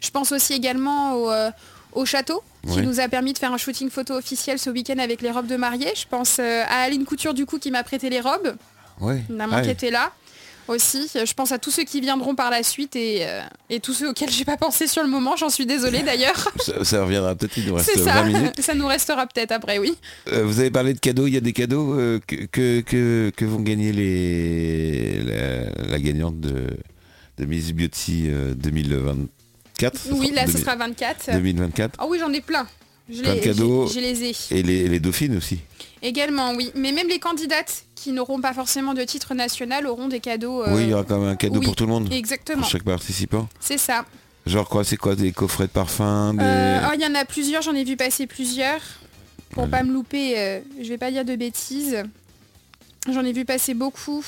Speaker 4: Je pense aussi également au, euh, au château, qui
Speaker 1: Ouais.
Speaker 4: nous a permis de faire un shooting photo officiel ce week-end avec les robes de mariée. Je pense euh, à Aline Couture du coup qui m'a prêté les robes.
Speaker 1: Ouais.
Speaker 4: La maman
Speaker 1: Ah,
Speaker 4: qui était là. aussi. Je pense à tous ceux qui viendront par la suite et, euh, et tous ceux auxquels j'ai pas pensé sur le moment. J'en suis désolée d'ailleurs.
Speaker 1: Ça, ça reviendra peut-être, il nous reste
Speaker 4: C'est
Speaker 1: 20
Speaker 4: ça.
Speaker 1: minutes.
Speaker 4: Ça nous restera peut-être après, oui.
Speaker 1: Euh, vous avez parlé de cadeaux, il y a des cadeaux euh, que, que, que, que vont gagner les, la, la gagnante de, de Miss Beauty euh, 2024. ça
Speaker 4: Oui, là, ce
Speaker 1: 2000
Speaker 4: sera 24.
Speaker 1: 2024.
Speaker 4: Ah oui, j'en ai plein. Je
Speaker 1: Plein de
Speaker 4: les,
Speaker 1: cadeaux.
Speaker 4: j'ai- je les ai.
Speaker 1: Et les, les dauphines aussi.
Speaker 4: Également, oui. Mais même les candidates qui n'auront pas forcément de titre national auront des cadeaux. euh,
Speaker 1: oui, il y aura quand même un cadeau
Speaker 4: oui.
Speaker 1: pour tout le monde. Pour
Speaker 4: Exactement,
Speaker 1: chaque participant.
Speaker 4: c'est ça.
Speaker 1: Genre quoi, c'est quoi Des coffrets de parfum des...
Speaker 4: Euh, oh, Il y en a plusieurs, j'en ai vu passer plusieurs. Pour
Speaker 1: Allez.
Speaker 4: pas me louper, euh, je vais pas dire de bêtises. J'en ai vu passer beaucoup.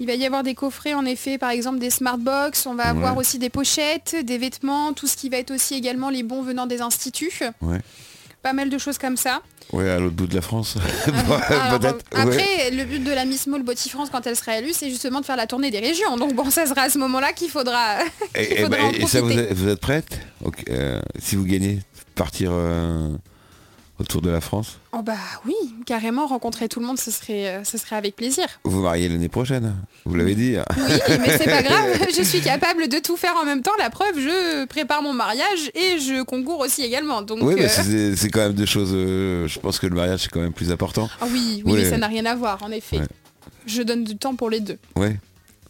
Speaker 4: Il va y avoir des coffrets, en effet, par exemple des smartbox. On va
Speaker 1: Ouais.
Speaker 4: avoir aussi des pochettes, des vêtements, tout ce qui va être aussi également les bons venant des instituts.
Speaker 1: Ouais.
Speaker 4: Pas mal de choses comme ça.
Speaker 1: Ouais, à l'autre bout de la France.
Speaker 4: Alors,
Speaker 1: Peut-être.
Speaker 4: euh, Ah, après,
Speaker 1: ouais.
Speaker 4: le but de la Miss Mall Body France quand elle sera élue, c'est justement de faire la tournée des régions. Donc bon, ça sera à ce moment-là qu'il faudra.
Speaker 1: Et, et
Speaker 4: faudra
Speaker 1: bah,
Speaker 4: en
Speaker 1: et ça, vous
Speaker 4: profiter.
Speaker 1: êtes, vous êtes prête Ok, euh, Si vous gagnez, partir euh, autour de la France
Speaker 4: Oh bah oui, carrément rencontrer tout le monde, ce serait, euh, ce serait avec plaisir.
Speaker 1: Vous mariez l'année prochaine, vous l'avez dit. hein.
Speaker 4: Oui, mais c'est pas grave. Je suis capable de tout faire en même temps. La preuve, je prépare mon mariage et je concours aussi également. Donc
Speaker 1: Oui, mais
Speaker 4: euh,
Speaker 1: c'est c'est quand même deux choses. euh, je pense que le mariage c'est quand même plus important.
Speaker 4: ah oui, oui,
Speaker 1: Ouais.
Speaker 4: mais ça n'a rien à voir, en effet.
Speaker 1: Ouais.
Speaker 4: Je donne du temps pour les deux.
Speaker 1: Ouais.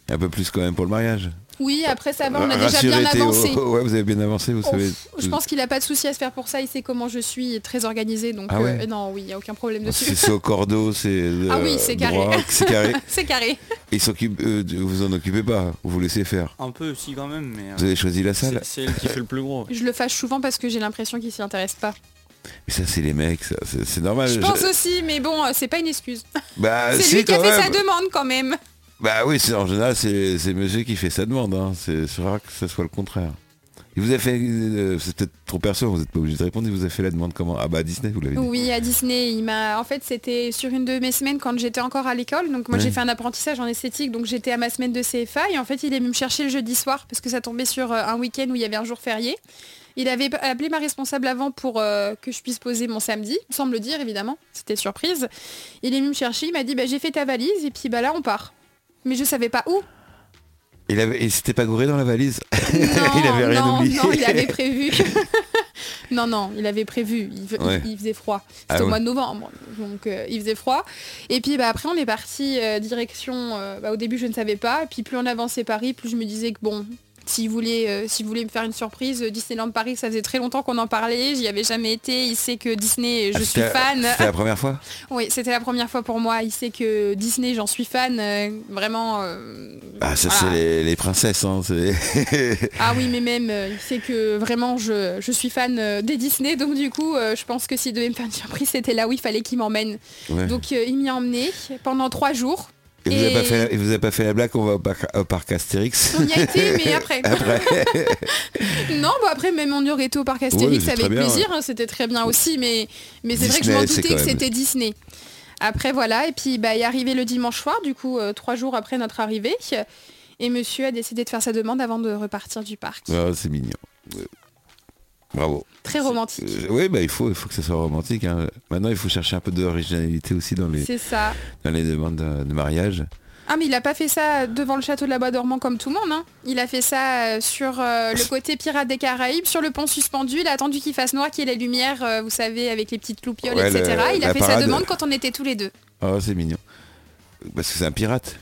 Speaker 1: Un peu plus quand même pour le mariage.
Speaker 4: Oui, après ça va, Bah, on a déjà
Speaker 1: Rassurez
Speaker 4: bien
Speaker 1: Théo.
Speaker 4: avancé.
Speaker 1: Ouais, vous avez bien avancé, vous
Speaker 4: Oh,
Speaker 1: savez.
Speaker 4: je pense qu'il n'a pas de souci à se faire pour ça, il sait comment je suis il est très organisée, donc
Speaker 1: Ah
Speaker 4: euh,
Speaker 1: ouais.
Speaker 4: non, oui, il n'y a aucun problème dessus.
Speaker 1: C'est c'est au cordeau, c'est euh,
Speaker 4: Ah oui, c'est carré.
Speaker 1: droit, c'est carré.
Speaker 4: C'est carré.
Speaker 1: Ils s'occupent, euh, de- vous en occupez pas, vous vous laissez faire.
Speaker 5: Un peu aussi quand même, mais euh,
Speaker 1: Vous avez choisi la salle.
Speaker 5: c'est c'est elle qui fait le plus gros. ouais.
Speaker 4: Je le fâche souvent parce que j'ai l'impression qu'il s'y intéresse pas.
Speaker 1: Mais ça c'est les mecs, ça, c'est c'est normal.
Speaker 4: Je
Speaker 1: Ah, Je-
Speaker 4: pense aussi, mais bon, euh, c'est pas une excuse.
Speaker 1: Bah
Speaker 4: C'est
Speaker 1: si,
Speaker 4: lui qui a
Speaker 1: quand
Speaker 4: fait
Speaker 1: même.
Speaker 4: sa demande quand même.
Speaker 1: Bah oui, c'est en général c'est c'est monsieur qui fait sa demande. Hein. C'est c'est rare que ce soit le contraire. Il vous a fait, euh, c'est peut-être trop perso, vous n'êtes pas obligé de répondre. Il vous a fait la demande comment Ah bah Disney, vous l'avez dit.
Speaker 4: Oui, à Disney, il m'a. En fait, c'était sur une de mes semaines quand j'étais encore à l'école. Donc moi,
Speaker 1: Ouais.
Speaker 4: j'ai fait un apprentissage en esthétique, donc j'étais à ma semaine de CFA. Et en fait, il est venu me chercher le jeudi soir parce que ça tombait sur euh, un week-end où il y avait un jour férié. Il avait appelé ma responsable avant pour euh, que je puisse poser mon samedi, sans me le dire évidemment. C'était surprise. Il est venu me chercher, il m'a dit bah, j'ai fait ta valise et puis bah là on part. Mais je savais pas où.
Speaker 1: Il avait, il s'était pas gouré dans la valise.
Speaker 4: Non,
Speaker 1: Il avait rien
Speaker 4: non,
Speaker 1: oublié.
Speaker 4: non, il avait prévu. non, non, il avait prévu. Il, il-
Speaker 1: Ouais.
Speaker 4: il faisait froid. C'était
Speaker 1: Ah
Speaker 4: au
Speaker 1: ouais.
Speaker 4: mois de novembre, donc euh, il faisait froid. Et puis bah, après, on est parti euh, direction. euh, bah, au début, je ne savais pas. Et puis plus on avançait Paris, plus je me disais que bon. Si vous, voulez, euh, si vous voulez me faire une surprise, euh, Disneyland Paris, ça faisait très longtemps qu'on en parlait, j'y avais jamais été, il sait que Disney, euh, je
Speaker 1: Ah,
Speaker 4: suis
Speaker 1: c'était-
Speaker 4: fan.
Speaker 1: C'était la première fois.
Speaker 4: Oui, c'était la première fois pour moi, il sait que Disney, j'en suis fan, euh, vraiment. euh,
Speaker 1: Ah ça
Speaker 4: voilà.
Speaker 1: c'est les, les princesses. Hein, c'est-
Speaker 4: Ah oui, mais même, euh, il sait que vraiment, je, je suis fan euh, des Disney, donc du coup, euh, je pense que s'il devait me faire une surprise, c'était là où il fallait qu'il m'emmène.
Speaker 1: Ouais.
Speaker 4: Donc euh, il m'y a emmené pendant trois jours.
Speaker 1: Et vous avez
Speaker 4: Et-
Speaker 1: pas fait, et vous avez pas fait la blague qu'on va au parc, au parc Astérix
Speaker 4: On y a été, mais après.
Speaker 1: après
Speaker 4: non, bon, après, même on y aurait été au parc Astérix
Speaker 1: c'est
Speaker 4: avec
Speaker 1: très bien,
Speaker 4: plaisir, hein, c'était très bien aussi, mais, mais c'est vrai que je
Speaker 1: Disney,
Speaker 4: m'en
Speaker 1: c'est
Speaker 4: doutais
Speaker 1: quand
Speaker 4: que
Speaker 1: même-
Speaker 4: c'était Disney. Après, voilà, et puis bah, il est arrivé le dimanche soir, du coup, euh, trois jours après notre arrivée, et monsieur a décidé de faire sa demande avant de repartir du parc.
Speaker 1: Ah, C'est mignon. Ouais. Bravo.
Speaker 4: Très romantique.
Speaker 1: Euh, Oui, bah, il, faut, il faut que ça soit romantique. hein. Maintenant, il faut chercher un peu d'originalité aussi dans les,
Speaker 4: C'est ça.
Speaker 1: dans les demandes de, de mariage.
Speaker 4: Ah mais il a pas fait ça devant le château de la Bois Dormant comme tout le monde. hein. Il a fait ça euh, sur euh, le côté pirate des Caraïbes, sur le pont suspendu. Il a attendu qu'il fasse noir, qu'il y ait la lumière, euh, vous savez, avec les petites loupioles,
Speaker 1: Ouais,
Speaker 4: etc.
Speaker 1: le-
Speaker 4: il a
Speaker 1: la
Speaker 4: fait
Speaker 1: parade.
Speaker 4: sa demande quand on était tous les deux.
Speaker 1: Ah, c'est mignon. Parce que c'est un pirate.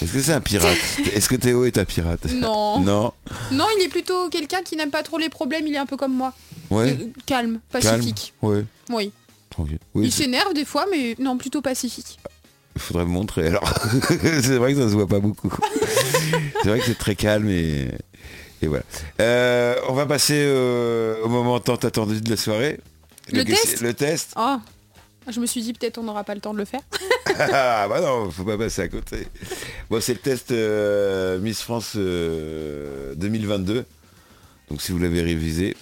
Speaker 1: Est-ce que c'est un pirate Est-ce que Théo est un pirate
Speaker 4: Non.
Speaker 1: Non.
Speaker 4: Non, il est plutôt quelqu'un qui n'aime pas trop les problèmes. Il est un peu comme moi.
Speaker 1: Ouais.
Speaker 4: Euh, calme,
Speaker 1: Calme.
Speaker 4: pacifique.
Speaker 1: Ouais.
Speaker 4: Oui.
Speaker 1: Tranquille. Oui,
Speaker 4: il s'énerve des fois, mais non, plutôt pacifique.
Speaker 1: il faudrait me montrer alors. c'est vrai que ça se voit pas beaucoup. c'est vrai que c'est très calme et, et voilà. Euh, on va passer euh, au moment tant attendu de la soirée.
Speaker 4: Le
Speaker 1: question-
Speaker 4: test
Speaker 1: Le test.
Speaker 4: Oh. Je me suis dit peut-être on n'aura pas le temps de le faire.
Speaker 1: Ah bah non, faut pas passer à côté. Bon, c'est le test euh, Miss France euh, 2022. Donc si vous l'avez révisé,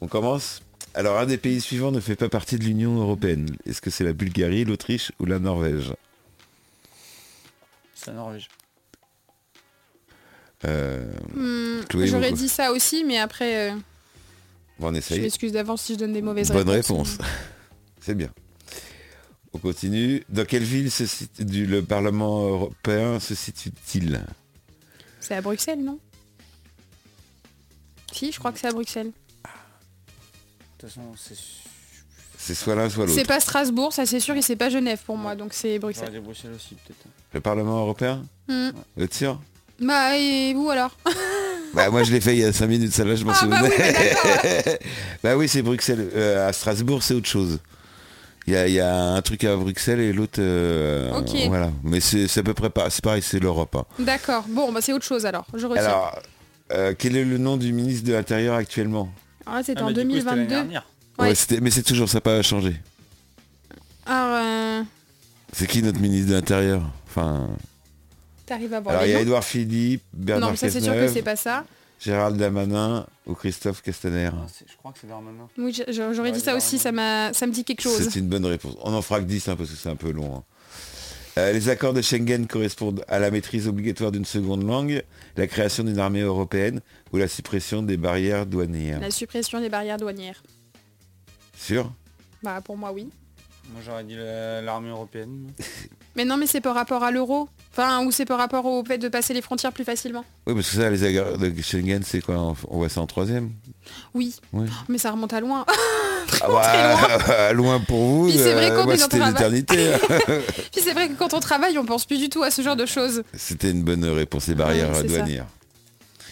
Speaker 1: on commence. Alors un des pays suivants ne fait pas partie de l'Union européenne. Est-ce que c'est la Bulgarie, l'Autriche ou la Norvège
Speaker 5: C'est la Norvège.
Speaker 1: Euh,
Speaker 4: Hmm,
Speaker 1: Chloé,
Speaker 4: J'aurais
Speaker 1: vous-
Speaker 4: dit ça aussi, mais après, euh,
Speaker 1: On
Speaker 4: je
Speaker 1: essaye.
Speaker 4: m'excuse d'avance si je donne des mauvaises
Speaker 1: Bonne
Speaker 4: réponses.
Speaker 1: réponse. c'est bien. On On continue. Dans quelle ville se situe- du, le Parlement européen se situe-t-il
Speaker 4: C'est à Bruxelles, non Si, je crois que c'est à Bruxelles.
Speaker 5: toute façon, c'est sûr.
Speaker 1: C'est soit l'un, soit l'autre.
Speaker 4: C'est pas Strasbourg, ça c'est sûr, et c'est pas Genève pour moi, donc c'est
Speaker 5: J'aurais
Speaker 4: Bruxelles.
Speaker 5: dit Bruxelles aussi, peut-être.
Speaker 1: Le Parlement européen
Speaker 4: Hmm.
Speaker 1: Le tir
Speaker 4: Bah et vous alors
Speaker 1: Bah moi je l'ai fait il y a 5 minutes, celle-là je m'en
Speaker 4: Ah, bah
Speaker 1: souvenais.
Speaker 4: oui, mais
Speaker 1: bah oui, c'est Bruxelles. Euh, à Strasbourg c'est autre chose. Il y a, il y a un truc à Bruxelles et l'autre... euh,
Speaker 4: Ok.
Speaker 1: Voilà. Mais c'est c'est à peu près pas... C'est pareil, c'est l'Europe. hein.
Speaker 4: D'accord, bon bah c'est autre chose alors, je retiens.
Speaker 1: Alors, euh, quel est le nom du ministre de l'Intérieur actuellement
Speaker 4: ah, c'était
Speaker 5: Ah,
Speaker 4: en
Speaker 5: mais du coup, c'était l'année
Speaker 4: 2022.
Speaker 5: dernière.
Speaker 4: Ouais.
Speaker 1: c'était- Mais c'est toujours ça, pas changé.
Speaker 4: Alors, euh,
Speaker 1: C'est qui notre ministre de l'Intérieur Enfin,
Speaker 4: t'arrives à voir
Speaker 1: alors il y
Speaker 4: les
Speaker 1: a
Speaker 4: noms
Speaker 1: Édouard Philippe, Bernard
Speaker 4: Non, mais ça c'est sûr que c'est
Speaker 1: Cazeneuve,
Speaker 4: pas ça.
Speaker 1: Gérald Damanin ou Christophe Castaner.
Speaker 5: Ah, c'est- Je crois que c'est Darmanin.
Speaker 4: Oui, j'- j'aurais
Speaker 5: Ouais,
Speaker 4: dit ça aussi, ça, m'a... ça me dit quelque chose.
Speaker 1: C'est une bonne réponse. On en fera que 10 hein, parce que c'est un peu long. hein. Euh, les accords de Schengen correspondent à la maîtrise obligatoire d'une seconde langue, la création d'une armée européenne ou la suppression des barrières douanières.
Speaker 4: La suppression des barrières douanières.
Speaker 1: Sûr
Speaker 4: Bah pour moi oui.
Speaker 5: Moi, j'aurais dit la- l'armée européenne.
Speaker 4: Mais non, mais c'est par rapport à l'euro. Enfin, ou c'est par rapport au fait de passer les frontières plus facilement.
Speaker 1: Oui, parce que ça, les accords de Schengen, c'est quoi On- On voit ça en troisième
Speaker 4: Oui,
Speaker 1: Oui.
Speaker 4: mais ça remonte à loin.
Speaker 1: Ah bah, loin pour vous,
Speaker 4: Puis c'est vrai
Speaker 1: euh,
Speaker 4: qu'on
Speaker 1: moi,
Speaker 4: est en
Speaker 1: c'était
Speaker 4: travail.
Speaker 1: l'éternité.
Speaker 4: Puis c'est vrai que quand on travaille, on pense plus du tout à ce genre de choses.
Speaker 1: C'était une bonne réponse, les barrières
Speaker 4: Ouais, c'est ça.
Speaker 1: douanières.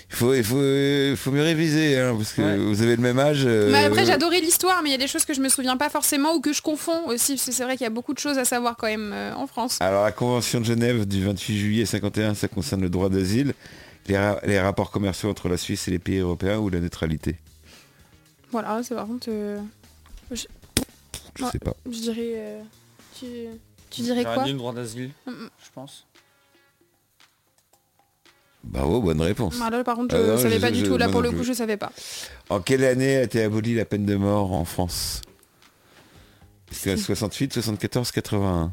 Speaker 1: Il faut, il faut, il faut mieux réviser, hein, parce que
Speaker 5: Ouais.
Speaker 1: vous avez le même âge. euh,
Speaker 4: Mais après, j'adorais l'histoire, mais il y a des choses que je me souviens pas forcément ou que je confonds aussi. parce que C'est vrai qu'il y a beaucoup de choses à savoir quand même euh, en France.
Speaker 1: Alors la Convention de Genève du 28 juillet 51, ça concerne le droit d'asile, les, ra- les rapports commerciaux entre la Suisse et les pays européens ou la neutralité.
Speaker 4: Voilà, c'est par contre, euh,
Speaker 1: Je
Speaker 4: Ouais.
Speaker 1: sais pas.
Speaker 4: je dirais. euh, tu, tu dirais
Speaker 5: J'aurais
Speaker 4: quoi
Speaker 5: dit le droit d'asile,
Speaker 4: Mm,
Speaker 5: je pense.
Speaker 1: Bravo, bonne réponse.
Speaker 4: mm. Ah, là, par contre, je
Speaker 1: Ah, non,
Speaker 4: savais
Speaker 1: je-
Speaker 4: pas du
Speaker 1: je-
Speaker 4: tout. Là,
Speaker 1: moi
Speaker 4: pour
Speaker 1: non
Speaker 4: le coup,
Speaker 1: plus.
Speaker 4: je savais pas.
Speaker 1: En quelle année a été abolie la peine de mort en France C'était 68, 74, 81.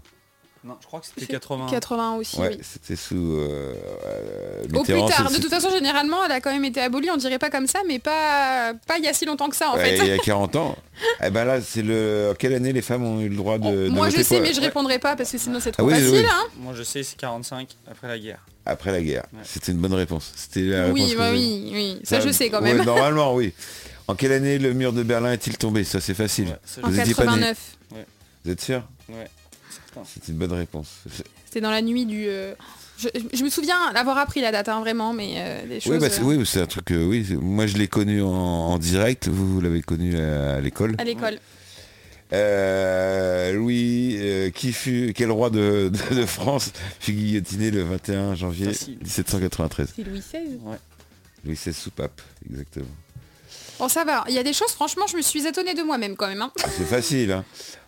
Speaker 5: Non, je crois que c'était
Speaker 4: C'est
Speaker 5: 80.
Speaker 4: 81 aussi.
Speaker 1: Ouais,
Speaker 4: oui.
Speaker 1: c'était sous... euh, euh,
Speaker 4: Au plus
Speaker 1: Mitterrand,
Speaker 4: tard.
Speaker 1: c'est-
Speaker 4: De toute façon, généralement, elle a quand même été abolie. On dirait pas comme ça, mais pas pas il y a si longtemps que ça en
Speaker 1: Ouais,
Speaker 4: fait.
Speaker 1: Il y a 40 ans. Eh ben là, c'est le. en Quelle année les femmes ont eu le droit de. de
Speaker 4: Oh, Moi, je
Speaker 1: voter
Speaker 4: sais,
Speaker 1: pour-
Speaker 4: mais je
Speaker 5: ouais.
Speaker 4: répondrai pas parce que sinon c'est trop
Speaker 1: Ah oui, oui,
Speaker 4: facile.
Speaker 1: oui.
Speaker 4: hein.
Speaker 5: Moi, je sais, c'est 45 après la guerre.
Speaker 1: Après la guerre.
Speaker 5: Ouais.
Speaker 1: C'était une bonne réponse. C'était la réponse
Speaker 4: oui,
Speaker 1: que
Speaker 4: bah
Speaker 1: vous avez.
Speaker 4: oui, oui. Ça, je
Speaker 1: Ouais,
Speaker 4: sais quand
Speaker 1: ouais,
Speaker 4: même.
Speaker 1: normalement, oui. En quelle année le mur de Berlin est-il tombé Ça, c'est facile.
Speaker 5: Ouais, ça,
Speaker 4: En
Speaker 1: Vous étiez pas né.
Speaker 4: 89.
Speaker 1: Vous êtes sûr
Speaker 5: je- certain.
Speaker 1: C'est une bonne réponse.
Speaker 4: C'était dans la nuit du. euh, Je, je me souviens avoir appris la date, hein, vraiment, mais euh, les choses.
Speaker 1: Oui, bah, c'est
Speaker 4: euh,
Speaker 1: oui, c'est un truc. euh, oui, c'est- moi, je l'ai connu en, en direct. Vous, vous l'avez connu à, à l'école.
Speaker 4: À l'école.
Speaker 1: Euh, Louis, euh, qui fut, quel roi de, de- de France fut guillotiné le 21 janvier
Speaker 5: Facile.
Speaker 1: 1793
Speaker 4: C'est Louis XVI.
Speaker 1: Louis XVI soupape, exactement.
Speaker 4: Bon, ça va. Il y a des choses, franchement, je me suis étonnée de moi-même quand même. hein.
Speaker 1: Ah, C'est facile. hein.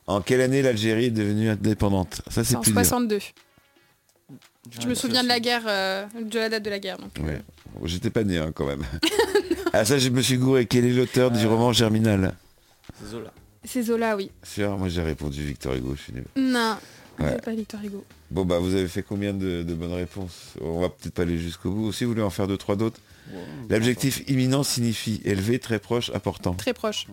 Speaker 1: En quelle année l'Algérie est devenue indépendante Ça, c'est
Speaker 4: En
Speaker 1: plus dur.
Speaker 4: 62. Je
Speaker 5: J'aurais
Speaker 4: me
Speaker 5: dit
Speaker 4: souviens de la
Speaker 5: aussi.
Speaker 4: guerre, euh, de la date de la guerre. donc.
Speaker 1: Ouais. J'étais pas né hein, quand même. ah ça, je me suis gouré. Quel est l'auteur du roman Germinal
Speaker 5: Zola.
Speaker 4: C'est Zola, oui.
Speaker 1: Sûr, moi j'ai répondu Victor Hugo. Je suis nul.
Speaker 4: Non.
Speaker 1: Ouais.
Speaker 4: C'est pas Victor Hugo.
Speaker 1: Bon bah, vous avez fait combien de, de bonnes réponses On va peut-être pas aller jusqu'au bout. Si vous voulez en faire deux, trois d'autres. L'objectif imminent signifie élevé, très proche, important.
Speaker 4: Très proche.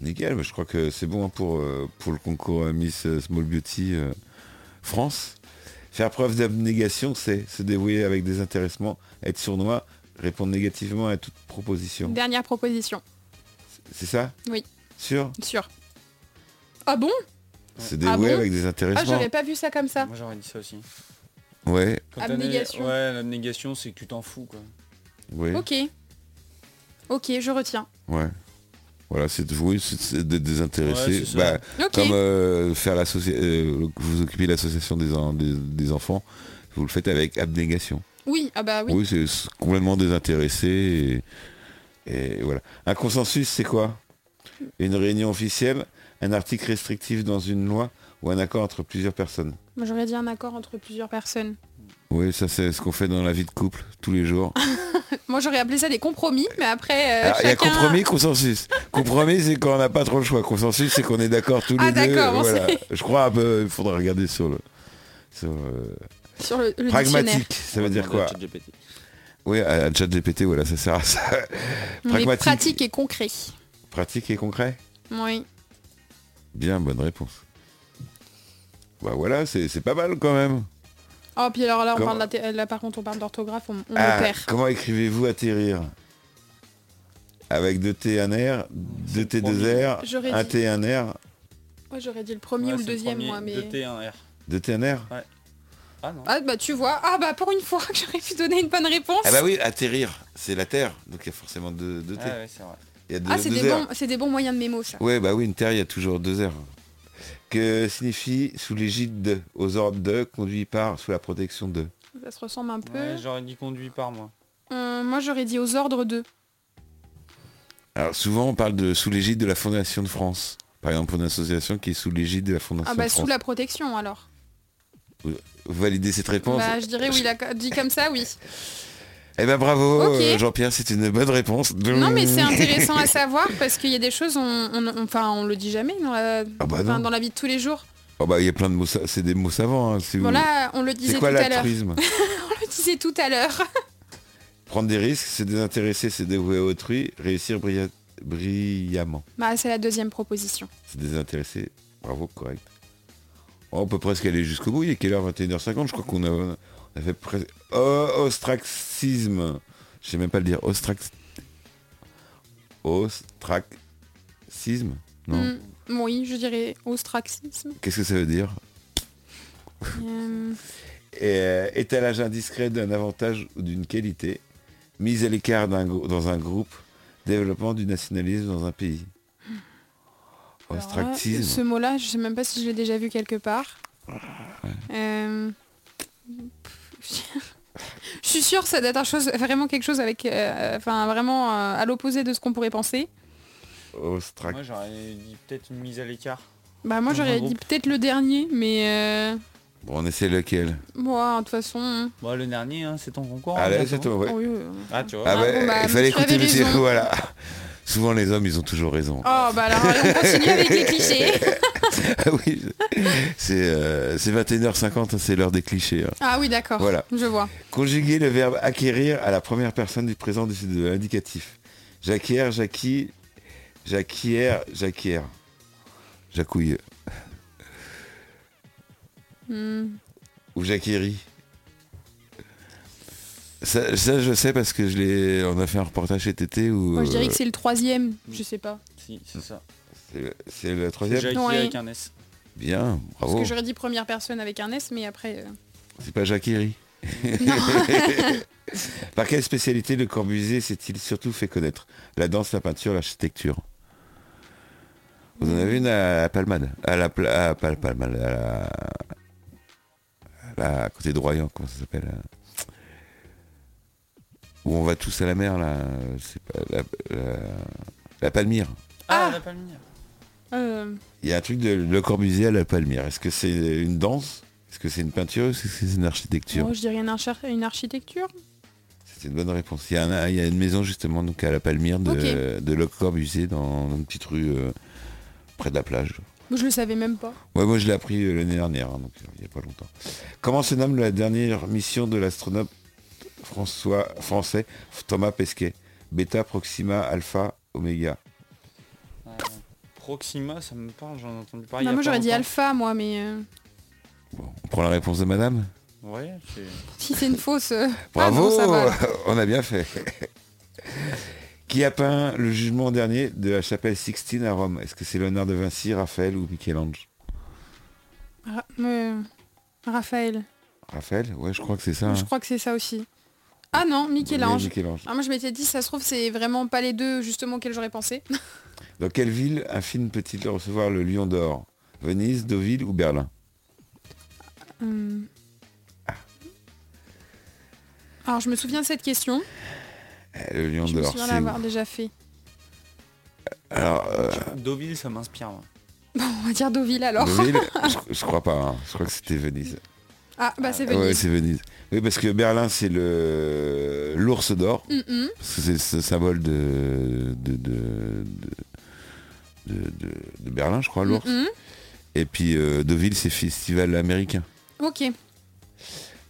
Speaker 1: Nickel. mais Je crois que c'est bon hein, pour euh, pour le concours euh, Miss euh, Small Beauty euh, France. Faire preuve d'abnégation, c'est se débrouiller avec des intéressements, être sournois, répondre négativement à toute proposition.
Speaker 4: Dernière proposition,
Speaker 1: C'est ça
Speaker 4: Oui.
Speaker 1: Sûr
Speaker 4: sûr. Ah bon
Speaker 1: Se débrouiller
Speaker 4: bon
Speaker 1: avec des
Speaker 4: Ah,
Speaker 1: intéressements.
Speaker 4: j'avais pas vu ça comme ça.
Speaker 5: Moi, j'aurais dit ça aussi.
Speaker 1: ouais,
Speaker 5: Quand t'as-
Speaker 4: Abnégation.
Speaker 5: Ouais, l'abnégation, c'est que tu t'en fous, quoi.
Speaker 1: ouais,
Speaker 4: Ok. Ok, je retiens.
Speaker 1: ouais. Voilà, c'est de vous, c'est c'est d'être désintéressé.
Speaker 5: Ouais, c'est ça.
Speaker 1: Bah,
Speaker 4: Ok.
Speaker 1: Comme euh, faire l'associ- euh, vous occupez de l'association des, en- des, des enfants, vous le faites avec abnégation.
Speaker 4: Oui, ah bah oui.
Speaker 1: Oui, c'est s- complètement désintéressé. Et, et voilà. Un consensus, c'est quoi Une réunion officielle, un article restrictif dans une loi ou un accord entre plusieurs personnes.
Speaker 4: Moi, j'aurais dit un accord entre plusieurs personnes.
Speaker 1: Oui, ça c'est ce qu'on fait dans la vie de couple tous les jours.
Speaker 4: Moi, j'aurais appelé ça des compromis, mais après, euh,
Speaker 1: Alors, Ah, Il y a
Speaker 4: chacun-
Speaker 1: compromis, consensus. compromis, c'est quand on n'a pas trop le choix. Consensus, c'est qu'on est d'accord tous
Speaker 4: Ah,
Speaker 1: les deux.
Speaker 4: d'accord, on
Speaker 1: voilà. Je crois un peu, il faudra regarder sur le... sur le-
Speaker 4: sur le, le dictionnaire.
Speaker 1: Pragmatique, ça veut
Speaker 5: On va
Speaker 1: dire
Speaker 5: demander à
Speaker 1: quoi
Speaker 5: ChatGPT.
Speaker 1: Oui, à GPT, voilà, ça sert à ça.
Speaker 4: Mais
Speaker 1: Pragmatique.
Speaker 4: pratique et concret.
Speaker 1: Pratique et concret
Speaker 4: Oui.
Speaker 1: Bien, bonne réponse. Bah voilà, c'est c'est pas mal quand même.
Speaker 4: Oh, puis alors là, on
Speaker 1: Comment-
Speaker 4: parle d'athé- là, par contre, on parle d'orthographe, on, on
Speaker 1: Ah,
Speaker 4: le perd.
Speaker 1: comment écrivez-vous atterrir Avec deux T, un R, deux T, deux R,
Speaker 4: J'aurais
Speaker 1: un
Speaker 4: dit.
Speaker 1: T, un R,
Speaker 4: Ouais, j'aurais dit le premier
Speaker 5: Ouais,
Speaker 4: ou le
Speaker 5: c'est
Speaker 4: deuxième,
Speaker 5: premier,
Speaker 4: moi, mais...
Speaker 5: deux T, un R.
Speaker 1: deux T, un R
Speaker 5: Ah non.
Speaker 4: Ah bah tu vois, ah bah pour une fois que j'aurais pu donner une bonne réponse.
Speaker 1: Ah bah oui, atterrir, c'est la terre, donc il y a forcément deux, deux T.
Speaker 5: Ah ouais, c'est vrai.
Speaker 1: Il y a deux,
Speaker 4: Ah, c'est
Speaker 1: deux
Speaker 4: des,
Speaker 1: R.
Speaker 4: bons, c'est des bons moyens de mémo ça.
Speaker 1: Ouais, bah oui, une terre, il y a toujours deux R. Que signifie sous l'égide de, aux ordres de, conduit par, sous la protection de
Speaker 4: Ça se ressemble un peu.
Speaker 5: Ouais, J'aurais dit conduit par moi.
Speaker 4: Euh, moi j'aurais dit aux ordres de.
Speaker 1: Alors souvent on parle de sous l'égide de la Fondation de France. Par exemple, pour une association qui est sous l'égide de la Fondation
Speaker 4: Ah bah
Speaker 1: de
Speaker 4: sous
Speaker 1: France.
Speaker 4: la protection alors.
Speaker 1: Vous validez cette réponse
Speaker 4: bah je dirais oui, il a dit comme ça, oui.
Speaker 1: Eh ben bravo
Speaker 4: Ok.
Speaker 1: euh, Jean-Pierre, c'est une bonne réponse.
Speaker 4: Non mais c'est intéressant à savoir parce qu'il y a des choses, on, on, on- enfin on le dit jamais dans la,
Speaker 1: Ah bah
Speaker 4: enfin,
Speaker 1: non.
Speaker 4: dans la vie de tous les jours.
Speaker 1: Oh bah il y a plein de mots, sa- c'est des mots savants. hein, si vous-
Speaker 4: Bon là on le
Speaker 1: c'est
Speaker 4: disait
Speaker 1: quoi
Speaker 4: tout à l'heure.
Speaker 1: l'altruisme
Speaker 4: On le disait tout à l'heure.
Speaker 1: Prendre des risques, c'est désintéresser, c'est dévouer à autrui, réussir brilla- brillamment.
Speaker 4: Bah c'est la deuxième proposition.
Speaker 1: C'est désintéressé. Bravo, correct. Oh, on peut presque aller jusqu'au bout. Il est quelle heure 21h50 Je crois qu'on a, on a fait presque... Oh, ostracisme. Je sais même pas le dire. Ostrac... Ostracisme Non.
Speaker 4: Hmm, oui, je dirais ostracisme.
Speaker 1: Qu'est-ce que ça veut dire
Speaker 4: Euh,
Speaker 1: Et, euh, Étalage indiscret d'un avantage ou d'une qualité. Mise à l'écart d'un grou- dans un groupe. Développement du nationalisme dans un pays.
Speaker 4: alors là, Ce
Speaker 1: Ostracisme.
Speaker 4: mot-là, je sais même pas si je l'ai déjà vu quelque part. Euh, Je suis sûre que ça doit être un chose, vraiment quelque chose avec, euh, enfin vraiment euh, à l'opposé de ce qu'on pourrait penser.
Speaker 1: Ostrac...
Speaker 5: Moi j'aurais dit peut-être une mise à l'écart.
Speaker 4: Bah moi
Speaker 5: Dans un
Speaker 4: j'aurais dit
Speaker 5: groupe.
Speaker 4: peut-être le dernier, mais euh,
Speaker 1: Bon, on essaie lequel
Speaker 4: moi de toute façon. hein.
Speaker 5: Bon le dernier hein, c'est ton concours. hein,
Speaker 1: Allez,
Speaker 5: bientôt.
Speaker 1: c'est toi. Ah, ouais.
Speaker 4: Oui, euh,
Speaker 5: Ah tu vois.
Speaker 1: Ah
Speaker 4: Ah
Speaker 1: bah,
Speaker 4: bon, bah,
Speaker 1: il fallait
Speaker 4: monsieur
Speaker 1: écouter
Speaker 4: avait
Speaker 1: monsieur,
Speaker 4: raison.
Speaker 1: voilà. Souvent les hommes, ils ont toujours raison.
Speaker 4: Oh bah alors allez, on continue avec les clichés.
Speaker 1: Ah oui, c'est euh, c'est 21h50, hein, c'est l'heure des clichés. hein.
Speaker 4: Ah oui d'accord.
Speaker 1: Voilà.
Speaker 4: Je vois.
Speaker 1: Conjuguer le verbe acquérir à la première personne du présent du- de l'indicatif. J'acquiers, j'acquis, j'acquiers, j'acquiers. J'accouille.
Speaker 4: Hmm.
Speaker 1: Ou j'acquéris. Ça, ça, je sais parce que je l'ai. On a fait un reportage cet été où.
Speaker 4: Moi je dirais
Speaker 1: euh,
Speaker 4: que c'est le troisième. Je sais pas.
Speaker 1: Ah.
Speaker 5: Si c'est ça.
Speaker 1: c'est le- c'est le
Speaker 5: J'ai
Speaker 1: troisième.
Speaker 5: écrit
Speaker 4: Ouais.
Speaker 5: avec un S.
Speaker 1: Bien,
Speaker 4: Parce
Speaker 1: bravo.
Speaker 4: que j'aurais dit première personne avec un S, mais après. euh,
Speaker 1: C'est pas Jacquerie.
Speaker 4: Non.
Speaker 1: Par quelle spécialité le Corbusier s'est-il surtout fait connaître La danse, la peinture, l'architecture. Vous en avez une à la Palmade. À la pla- à, pas la Palmade, à la... à la- à côté de Royan, comment ça s'appelle euh Où on va tous à la mer, là. C'est pas la, la... la Palmyre.
Speaker 5: Ah,
Speaker 4: Ah.
Speaker 5: la palmière.
Speaker 4: euh,
Speaker 1: Il y a un truc de Le Corbusier à la Palmyre. Est-ce que c'est une danse Est-ce que c'est une peinture ou est-ce que c'est une architecture
Speaker 4: moi, oh, je dirais une, archi- une architecture.
Speaker 1: C'est une bonne réponse. Il y, en a, il y a une maison justement donc à la Palmyre de, de Le Corbusier dans, dans une petite rue euh, près de la plage.
Speaker 4: Moi, je le savais même pas.
Speaker 5: Ah,
Speaker 1: Ouais, moi je l'ai appris euh, l'année dernière, hein, donc euh, il n'y a pas longtemps. Comment se nomme la dernière mission de l'astronaute François français Thomas Pesquet Beta, Proxima, Alpha, Oméga.
Speaker 5: Ouais. Proxima ça me parle j'en ai entendu
Speaker 4: Non,
Speaker 5: parler. il y a
Speaker 4: moi
Speaker 5: pas
Speaker 4: j'aurais dit
Speaker 5: longtemps.
Speaker 4: alpha moi mais euh,
Speaker 1: Bon, on prend la réponse de madame
Speaker 5: Ouais. c'est-
Speaker 4: si c'est une fausse. euh,
Speaker 1: Bravo
Speaker 4: ah non, ça va.
Speaker 1: On a bien fait. Qui a peint le jugement dernier de la chapelle Sixtine à Rome Est-ce que c'est l'honneur de Vinci, Raphaël ou Michel-Ange
Speaker 4: Ra- euh, Raphaël.
Speaker 1: Raphaël Ouais, je crois que c'est ça.
Speaker 4: Je
Speaker 1: hein.
Speaker 4: crois que c'est ça aussi. Ah non, Michel-Ange.
Speaker 1: Oui, Michel-Ange.
Speaker 4: Ah, moi je m'étais dit ça se trouve c'est vraiment pas les deux justement auxquels j'aurais pensé.
Speaker 1: Dans quelle ville un film peut-il recevoir le Lion d'Or Venise, Deauville ou Berlin
Speaker 4: Hum. Alors je me souviens de cette question.
Speaker 1: Eh, Le Lion
Speaker 4: Je me
Speaker 1: d'Or,
Speaker 4: souviens
Speaker 1: c'est
Speaker 4: l'avoir
Speaker 1: où
Speaker 4: déjà fait.
Speaker 1: Alors, euh,
Speaker 5: Deauville ça m'inspire. moi.
Speaker 4: On va dire Deauville alors.
Speaker 1: Deauville, je, je crois pas. hein. Je crois que c'était Venise.
Speaker 4: Ah bah c'est
Speaker 1: Ouais,
Speaker 4: Venise.
Speaker 1: c'est Venise. Oui, parce que Berlin, c'est le l'ours d'or.
Speaker 4: Hum, hum.
Speaker 1: Parce que c'est ce symbole de de, de, de- de- de- de Berlin, je crois, l'ours.
Speaker 4: Hum, hum.
Speaker 1: Et puis euh, Deauville, c'est festival américain.
Speaker 4: Ok.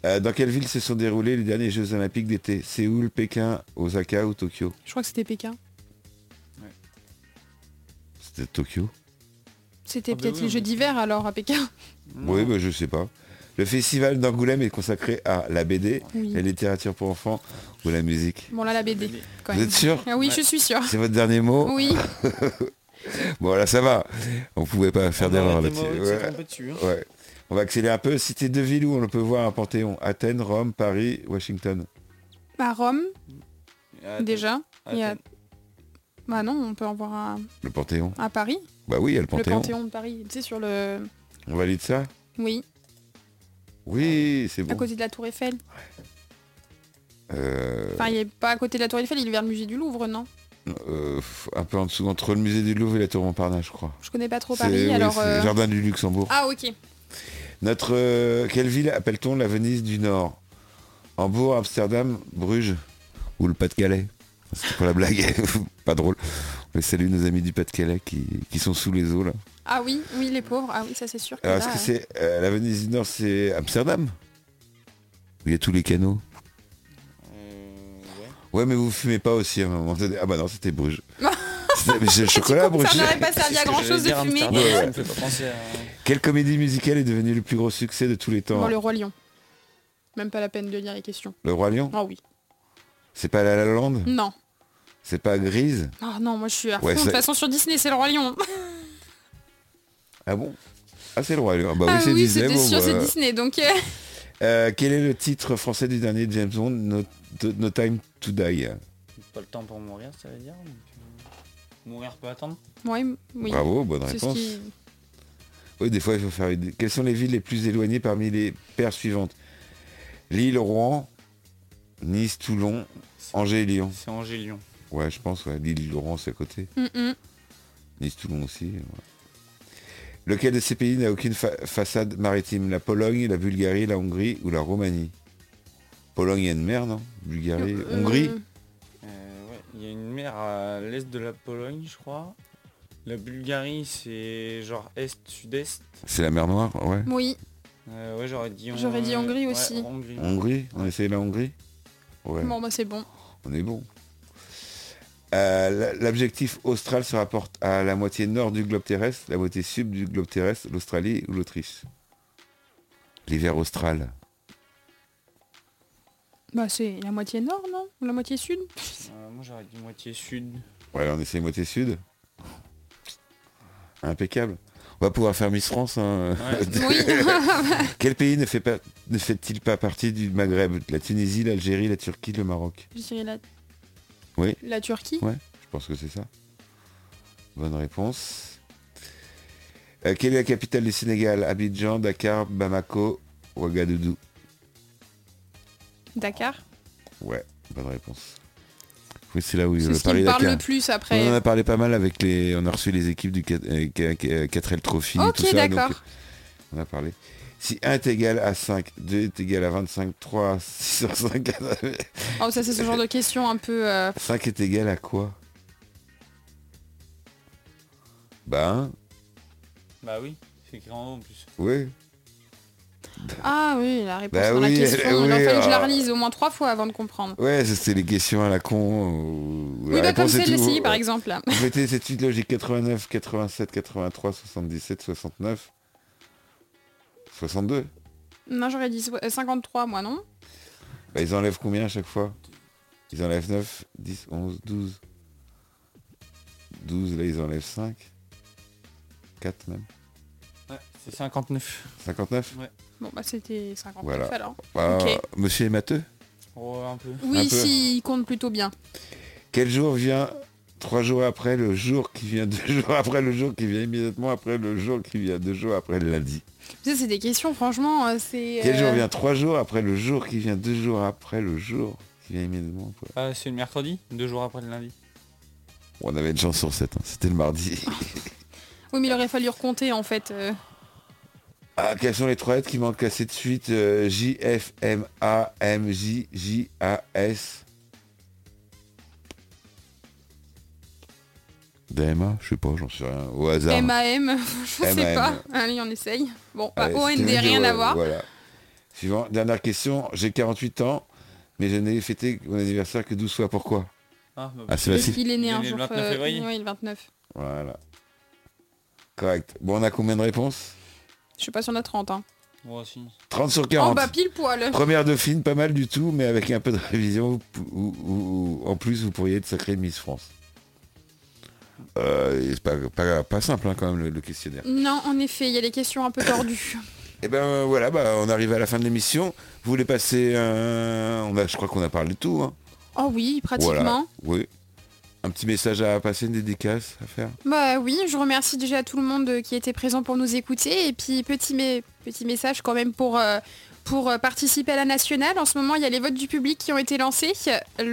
Speaker 1: Euh, dans quelle ville se sont déroulés les derniers Jeux Olympiques d'été Séoul, Pékin, Osaka ou Tokyo
Speaker 4: Je crois que c'était Pékin.
Speaker 1: C'était Tokyo
Speaker 4: C'était
Speaker 5: Ah bah
Speaker 4: peut-être
Speaker 5: oui,
Speaker 4: les
Speaker 5: on
Speaker 4: Jeux
Speaker 5: est-
Speaker 4: d'hiver alors à Pékin.
Speaker 5: Non.
Speaker 1: Oui, mais je sais pas. Le festival d'Angoulême est consacré à la BD,
Speaker 4: Oui.
Speaker 1: la littérature pour enfants ou la musique.
Speaker 4: Bon là la BD quand
Speaker 1: Vous
Speaker 4: même.
Speaker 1: êtes sûr
Speaker 4: Ah oui,
Speaker 5: Ouais.
Speaker 4: je suis sûre.
Speaker 1: C'est votre dernier mot
Speaker 4: Oui,
Speaker 1: Bon, là, ça va. On pouvait pas
Speaker 4: Ah
Speaker 1: faire d'erreur
Speaker 5: Arrêtez-moi,
Speaker 1: là-dessus.
Speaker 5: oui, de
Speaker 1: Ouais.
Speaker 5: s'être un peu dessus, hein.
Speaker 1: Ouais. On va accélérer un peu. Cité de villes où on peut voir un panthéon. Athènes, Rome, Paris, Washington.
Speaker 4: à Bah, Rome
Speaker 5: Athènes,
Speaker 4: déjà. Il y a-
Speaker 5: Athènes.
Speaker 4: Bah non, on peut en voir un
Speaker 1: Le panthéon.
Speaker 4: à Paris.
Speaker 1: Bah oui, il y a le panthéon.
Speaker 4: Le Panthéon de Paris, tu sais sur le...
Speaker 1: On valide ça
Speaker 4: Oui,
Speaker 1: Oui, c'est
Speaker 4: à
Speaker 1: bon.
Speaker 4: côté de la Tour Eiffel.
Speaker 1: Euh,
Speaker 4: Enfin, il est pas à côté de la Tour Eiffel, il est vers le musée du Louvre, non
Speaker 1: euh, un peu en dessous, entre le musée du Louvre et la tour Montparnasse, je crois.
Speaker 4: Je connais pas trop
Speaker 1: C'est-
Speaker 4: Paris,
Speaker 1: oui,
Speaker 4: alors...
Speaker 1: c'est
Speaker 4: euh,
Speaker 1: le Jardin du Luxembourg.
Speaker 4: Ah ok.
Speaker 1: Notre euh, quelle ville appelle-t-on la Venise du Nord Hambourg, Amsterdam, Bruges ou le Pas-de-Calais C'était pour la blague, pas drôle. On les salue nos amis du Pas-de-Calais qui, qui sont sous les eaux là.
Speaker 4: Ah oui, oui, les pauvres. Ah oui, ça c'est sûr. Que
Speaker 1: Alors
Speaker 4: là,
Speaker 1: est-ce que
Speaker 4: euh,
Speaker 1: c'est euh, la Venise du Nord c'est Amsterdam Où il y a tous les canaux.
Speaker 5: Euh, ouais.
Speaker 1: Ouais mais vous fumez pas aussi à un moment donné. Ah bah non c'était Bruges. C'était- mais c'est le
Speaker 4: du coup,
Speaker 1: chocolat Bruges.
Speaker 4: Ça n'aurait pas
Speaker 5: C'est
Speaker 4: servi
Speaker 5: ce
Speaker 4: à
Speaker 5: que
Speaker 4: grand
Speaker 5: j'allais
Speaker 4: chose de
Speaker 5: dire,
Speaker 4: fumer.
Speaker 5: Amsterdam,
Speaker 1: Ouais,
Speaker 5: ça me fait pas penser à-
Speaker 1: Quelle comédie musicale est devenue le plus gros succès de tous les temps
Speaker 4: Bon, le roi lion. Même pas la peine de lire les questions.
Speaker 1: Le Roi Lion
Speaker 4: Ah oui.
Speaker 1: C'est pas La La Land
Speaker 4: Non.
Speaker 1: C'est pas Grise
Speaker 4: Ah non, moi je suis à fond.
Speaker 1: Ouais,
Speaker 4: de
Speaker 1: c'est-
Speaker 4: toute façon, sur Disney, c'est le roi lion.
Speaker 1: Ah bon Ah c'est le Roi Lion. Ah Bah oui
Speaker 4: ah
Speaker 1: c'est
Speaker 4: oui,
Speaker 1: Disney.
Speaker 4: c'était
Speaker 1: bon,
Speaker 4: sûr, c'est
Speaker 1: bah.
Speaker 4: Disney. Donc, euh,
Speaker 1: Euh, quel est le titre français du dernier James Bond No, de- No Time to Die.
Speaker 5: Pas le temps pour mourir, ça veut dire. donc, euh, Mourir peut attendre.
Speaker 4: ouais, oui.
Speaker 1: Bravo, Bah, bonne
Speaker 4: C'est ce
Speaker 1: réponse.
Speaker 4: qui...
Speaker 1: Oui, des fois il faut faire une... Quelles sont les villes les plus éloignées parmi les paires suivantes Lille, Rouen, Nice, Toulon, Angers et Lyon.
Speaker 5: C'est Angers Lyon.
Speaker 1: Ouais, je pense, ouais. Lille, Rouen, c'est à côté.
Speaker 4: Hum, hum.
Speaker 1: Nice, Toulon aussi. ouais. Lequel de ces pays n'a aucune fa- façade maritime La Pologne, la Bulgarie, la Hongrie ou la Roumanie Pologne, il y a une mer, non Bulgarie,
Speaker 4: Euh,
Speaker 1: Hongrie
Speaker 5: Euh, ouais, Il y a une mer à l'est de la Pologne, je crois. La Bulgarie, c'est genre est-sud-est.
Speaker 1: C'est la mer Noire, ouais.
Speaker 4: Oui,
Speaker 5: Euh, ouais, j'aurais dit, Hon-
Speaker 4: J'aurais dit Hongrie
Speaker 5: ouais,
Speaker 4: aussi.
Speaker 5: Hongrie.
Speaker 1: Hongrie On essaye la Hongrie Ouais.
Speaker 4: bon, bah c'est bon.
Speaker 1: On est bon. Euh, la- L'objectif austral se rapporte à la moitié nord du globe terrestre, la moitié sud du globe terrestre, l'Australie ou l'Autriche. L'hiver austral.
Speaker 4: Bah c'est la moitié nord, non Ou La moitié sud
Speaker 5: Euh, moi, j'aurais dit moitié sud.
Speaker 1: Ouais, là, on essaie moitié sud. Impeccable. On va pouvoir faire Miss France. hein.
Speaker 5: Ouais.
Speaker 4: Oui.
Speaker 1: Quel pays ne fait pas ne fait-il pas partie du Maghreb La Tunisie, l'Algérie, la Turquie, le Maroc.
Speaker 4: je dirais la...
Speaker 1: Oui.
Speaker 4: La Turquie
Speaker 1: Je pense que c'est ça. Bonne réponse. Euh, quelle est la capitale du Sénégal Abidjan, Dakar, Bamako, Ouagadougou.
Speaker 4: Dakar
Speaker 1: Ouais, bonne réponse. Oui, c'est là où il
Speaker 4: C'est
Speaker 1: le
Speaker 4: ce qui me
Speaker 1: Paris-Dakar.
Speaker 4: parle le plus après.
Speaker 1: On en a parlé pas mal avec les. On a reçu les équipes du euh, 4, l Trophy. et
Speaker 4: Ok,
Speaker 1: tout ça, donc,
Speaker 4: d'accord.
Speaker 1: euh, on a parlé. Si 1 est égal à 5, 2 est égal à 25, 3, 6 sur 5,
Speaker 4: Oh, ça c'est ce genre de question un peu... euh,
Speaker 1: 5 est égal à quoi Ben,
Speaker 5: Bah oui, c'est écrit en haut en plus.
Speaker 1: oui.
Speaker 4: Ah oui, la réponse
Speaker 1: Bah
Speaker 4: dans
Speaker 1: oui, ah.
Speaker 4: la question.
Speaker 1: elle-
Speaker 4: il
Speaker 1: oui,
Speaker 4: a fallu que je la
Speaker 1: alors-
Speaker 4: relise au moins trois fois avant de comprendre.
Speaker 1: Ouais, ça, c'était les questions à la con. où la
Speaker 4: oui, bah comme
Speaker 1: réponse est
Speaker 4: celle-ci,
Speaker 1: tout-
Speaker 4: par exemple. là.
Speaker 1: Complétez cette suite logique 89, 87, 83, 77, 69, 62.
Speaker 4: Non, j'aurais dit so- euh, 53, moi, non
Speaker 1: Bah, ils enlèvent combien à chaque fois Ils enlèvent 9, 10, 11, 12. 12, là ils enlèvent 5. 4 même.
Speaker 5: Ouais, c'est 59.
Speaker 1: 59
Speaker 4: Bon, bah c'était 59
Speaker 1: Voilà.
Speaker 4: alors.
Speaker 1: Bah,
Speaker 4: Ok.
Speaker 1: Monsieur est matheux
Speaker 5: Oh, un peu.
Speaker 1: Un peu.
Speaker 4: Oui, si, il compte plutôt bien.
Speaker 1: Quel jour vient 3 jours après le jour qui vient 2 jours après le jour qui vient immédiatement après le jour qui vient 2 jours après le lundi
Speaker 4: Tu sais, c'est des questions, franchement, euh, c'est...
Speaker 1: Quel
Speaker 4: euh,
Speaker 1: jour vient 3 jours après le jour qui vient 2 jours après le jour qui vient immédiatement après
Speaker 5: Ah, c'est le mercredi, deux jours après le lundi.
Speaker 1: On avait une chance sur 7, c'était le mardi.
Speaker 4: Oui, mais il aurait fallu recompter, en fait. euh.
Speaker 1: Ah, quelles sont les trois lettres qui manquent à cette suite euh, J, F, M, A, M, J, J, A, S. DMA Je sais pas, j'en sais rien. Au hasard.
Speaker 4: MAM, je sais
Speaker 1: MAM.
Speaker 4: pas. Allez, on essaye. Bon, bah,
Speaker 1: Allez,
Speaker 4: OND,
Speaker 1: c'était
Speaker 4: rien
Speaker 1: dur,
Speaker 4: à
Speaker 1: euh,
Speaker 4: voir.
Speaker 1: Voilà. Suivant, dernière question. J'ai 48 ans, mais je n'ai fêté mon anniversaire que 12 fois. Pourquoi
Speaker 5: Ah, bah,
Speaker 1: Ah, c'est
Speaker 4: Le
Speaker 1: facile.
Speaker 4: il est né
Speaker 5: Il est
Speaker 4: un euh,
Speaker 5: né le
Speaker 4: jour...
Speaker 5: 29
Speaker 4: euh,
Speaker 5: février.
Speaker 4: oui, le 29.
Speaker 1: Voilà. Correct. Bon, on a combien de réponses
Speaker 4: Je sais pas si on a 30. Hein.
Speaker 5: Moi aussi.
Speaker 1: 30 sur
Speaker 4: Oh
Speaker 1: 40.
Speaker 4: bah pile poil
Speaker 1: Première dauphine, pas mal du tout, mais avec un peu de révision, vous pou- ou- ou- ou- en plus, vous pourriez être sacré Miss France. Euh, et c'est pas, pas, pas simple hein, quand même le, le questionnaire.
Speaker 4: Non, en effet, il y a des questions un peu tordues.
Speaker 1: Et ben euh, voilà, bah, on arrive à la fin de l'émission. Vous voulez passer un... On a, je crois qu'on a parlé de tout. hein.
Speaker 4: Oh oui,
Speaker 1: Voilà.
Speaker 4: pratiquement.
Speaker 1: Oui. Un petit message à passer, une dédicace à faire.
Speaker 4: Bah oui, je remercie déjà tout le monde euh, qui était présent pour nous écouter. Et puis petit, mé- petit message quand même pour, euh, pour euh, participer à la nationale. En ce moment, il y a les votes du public qui ont été lancés. Le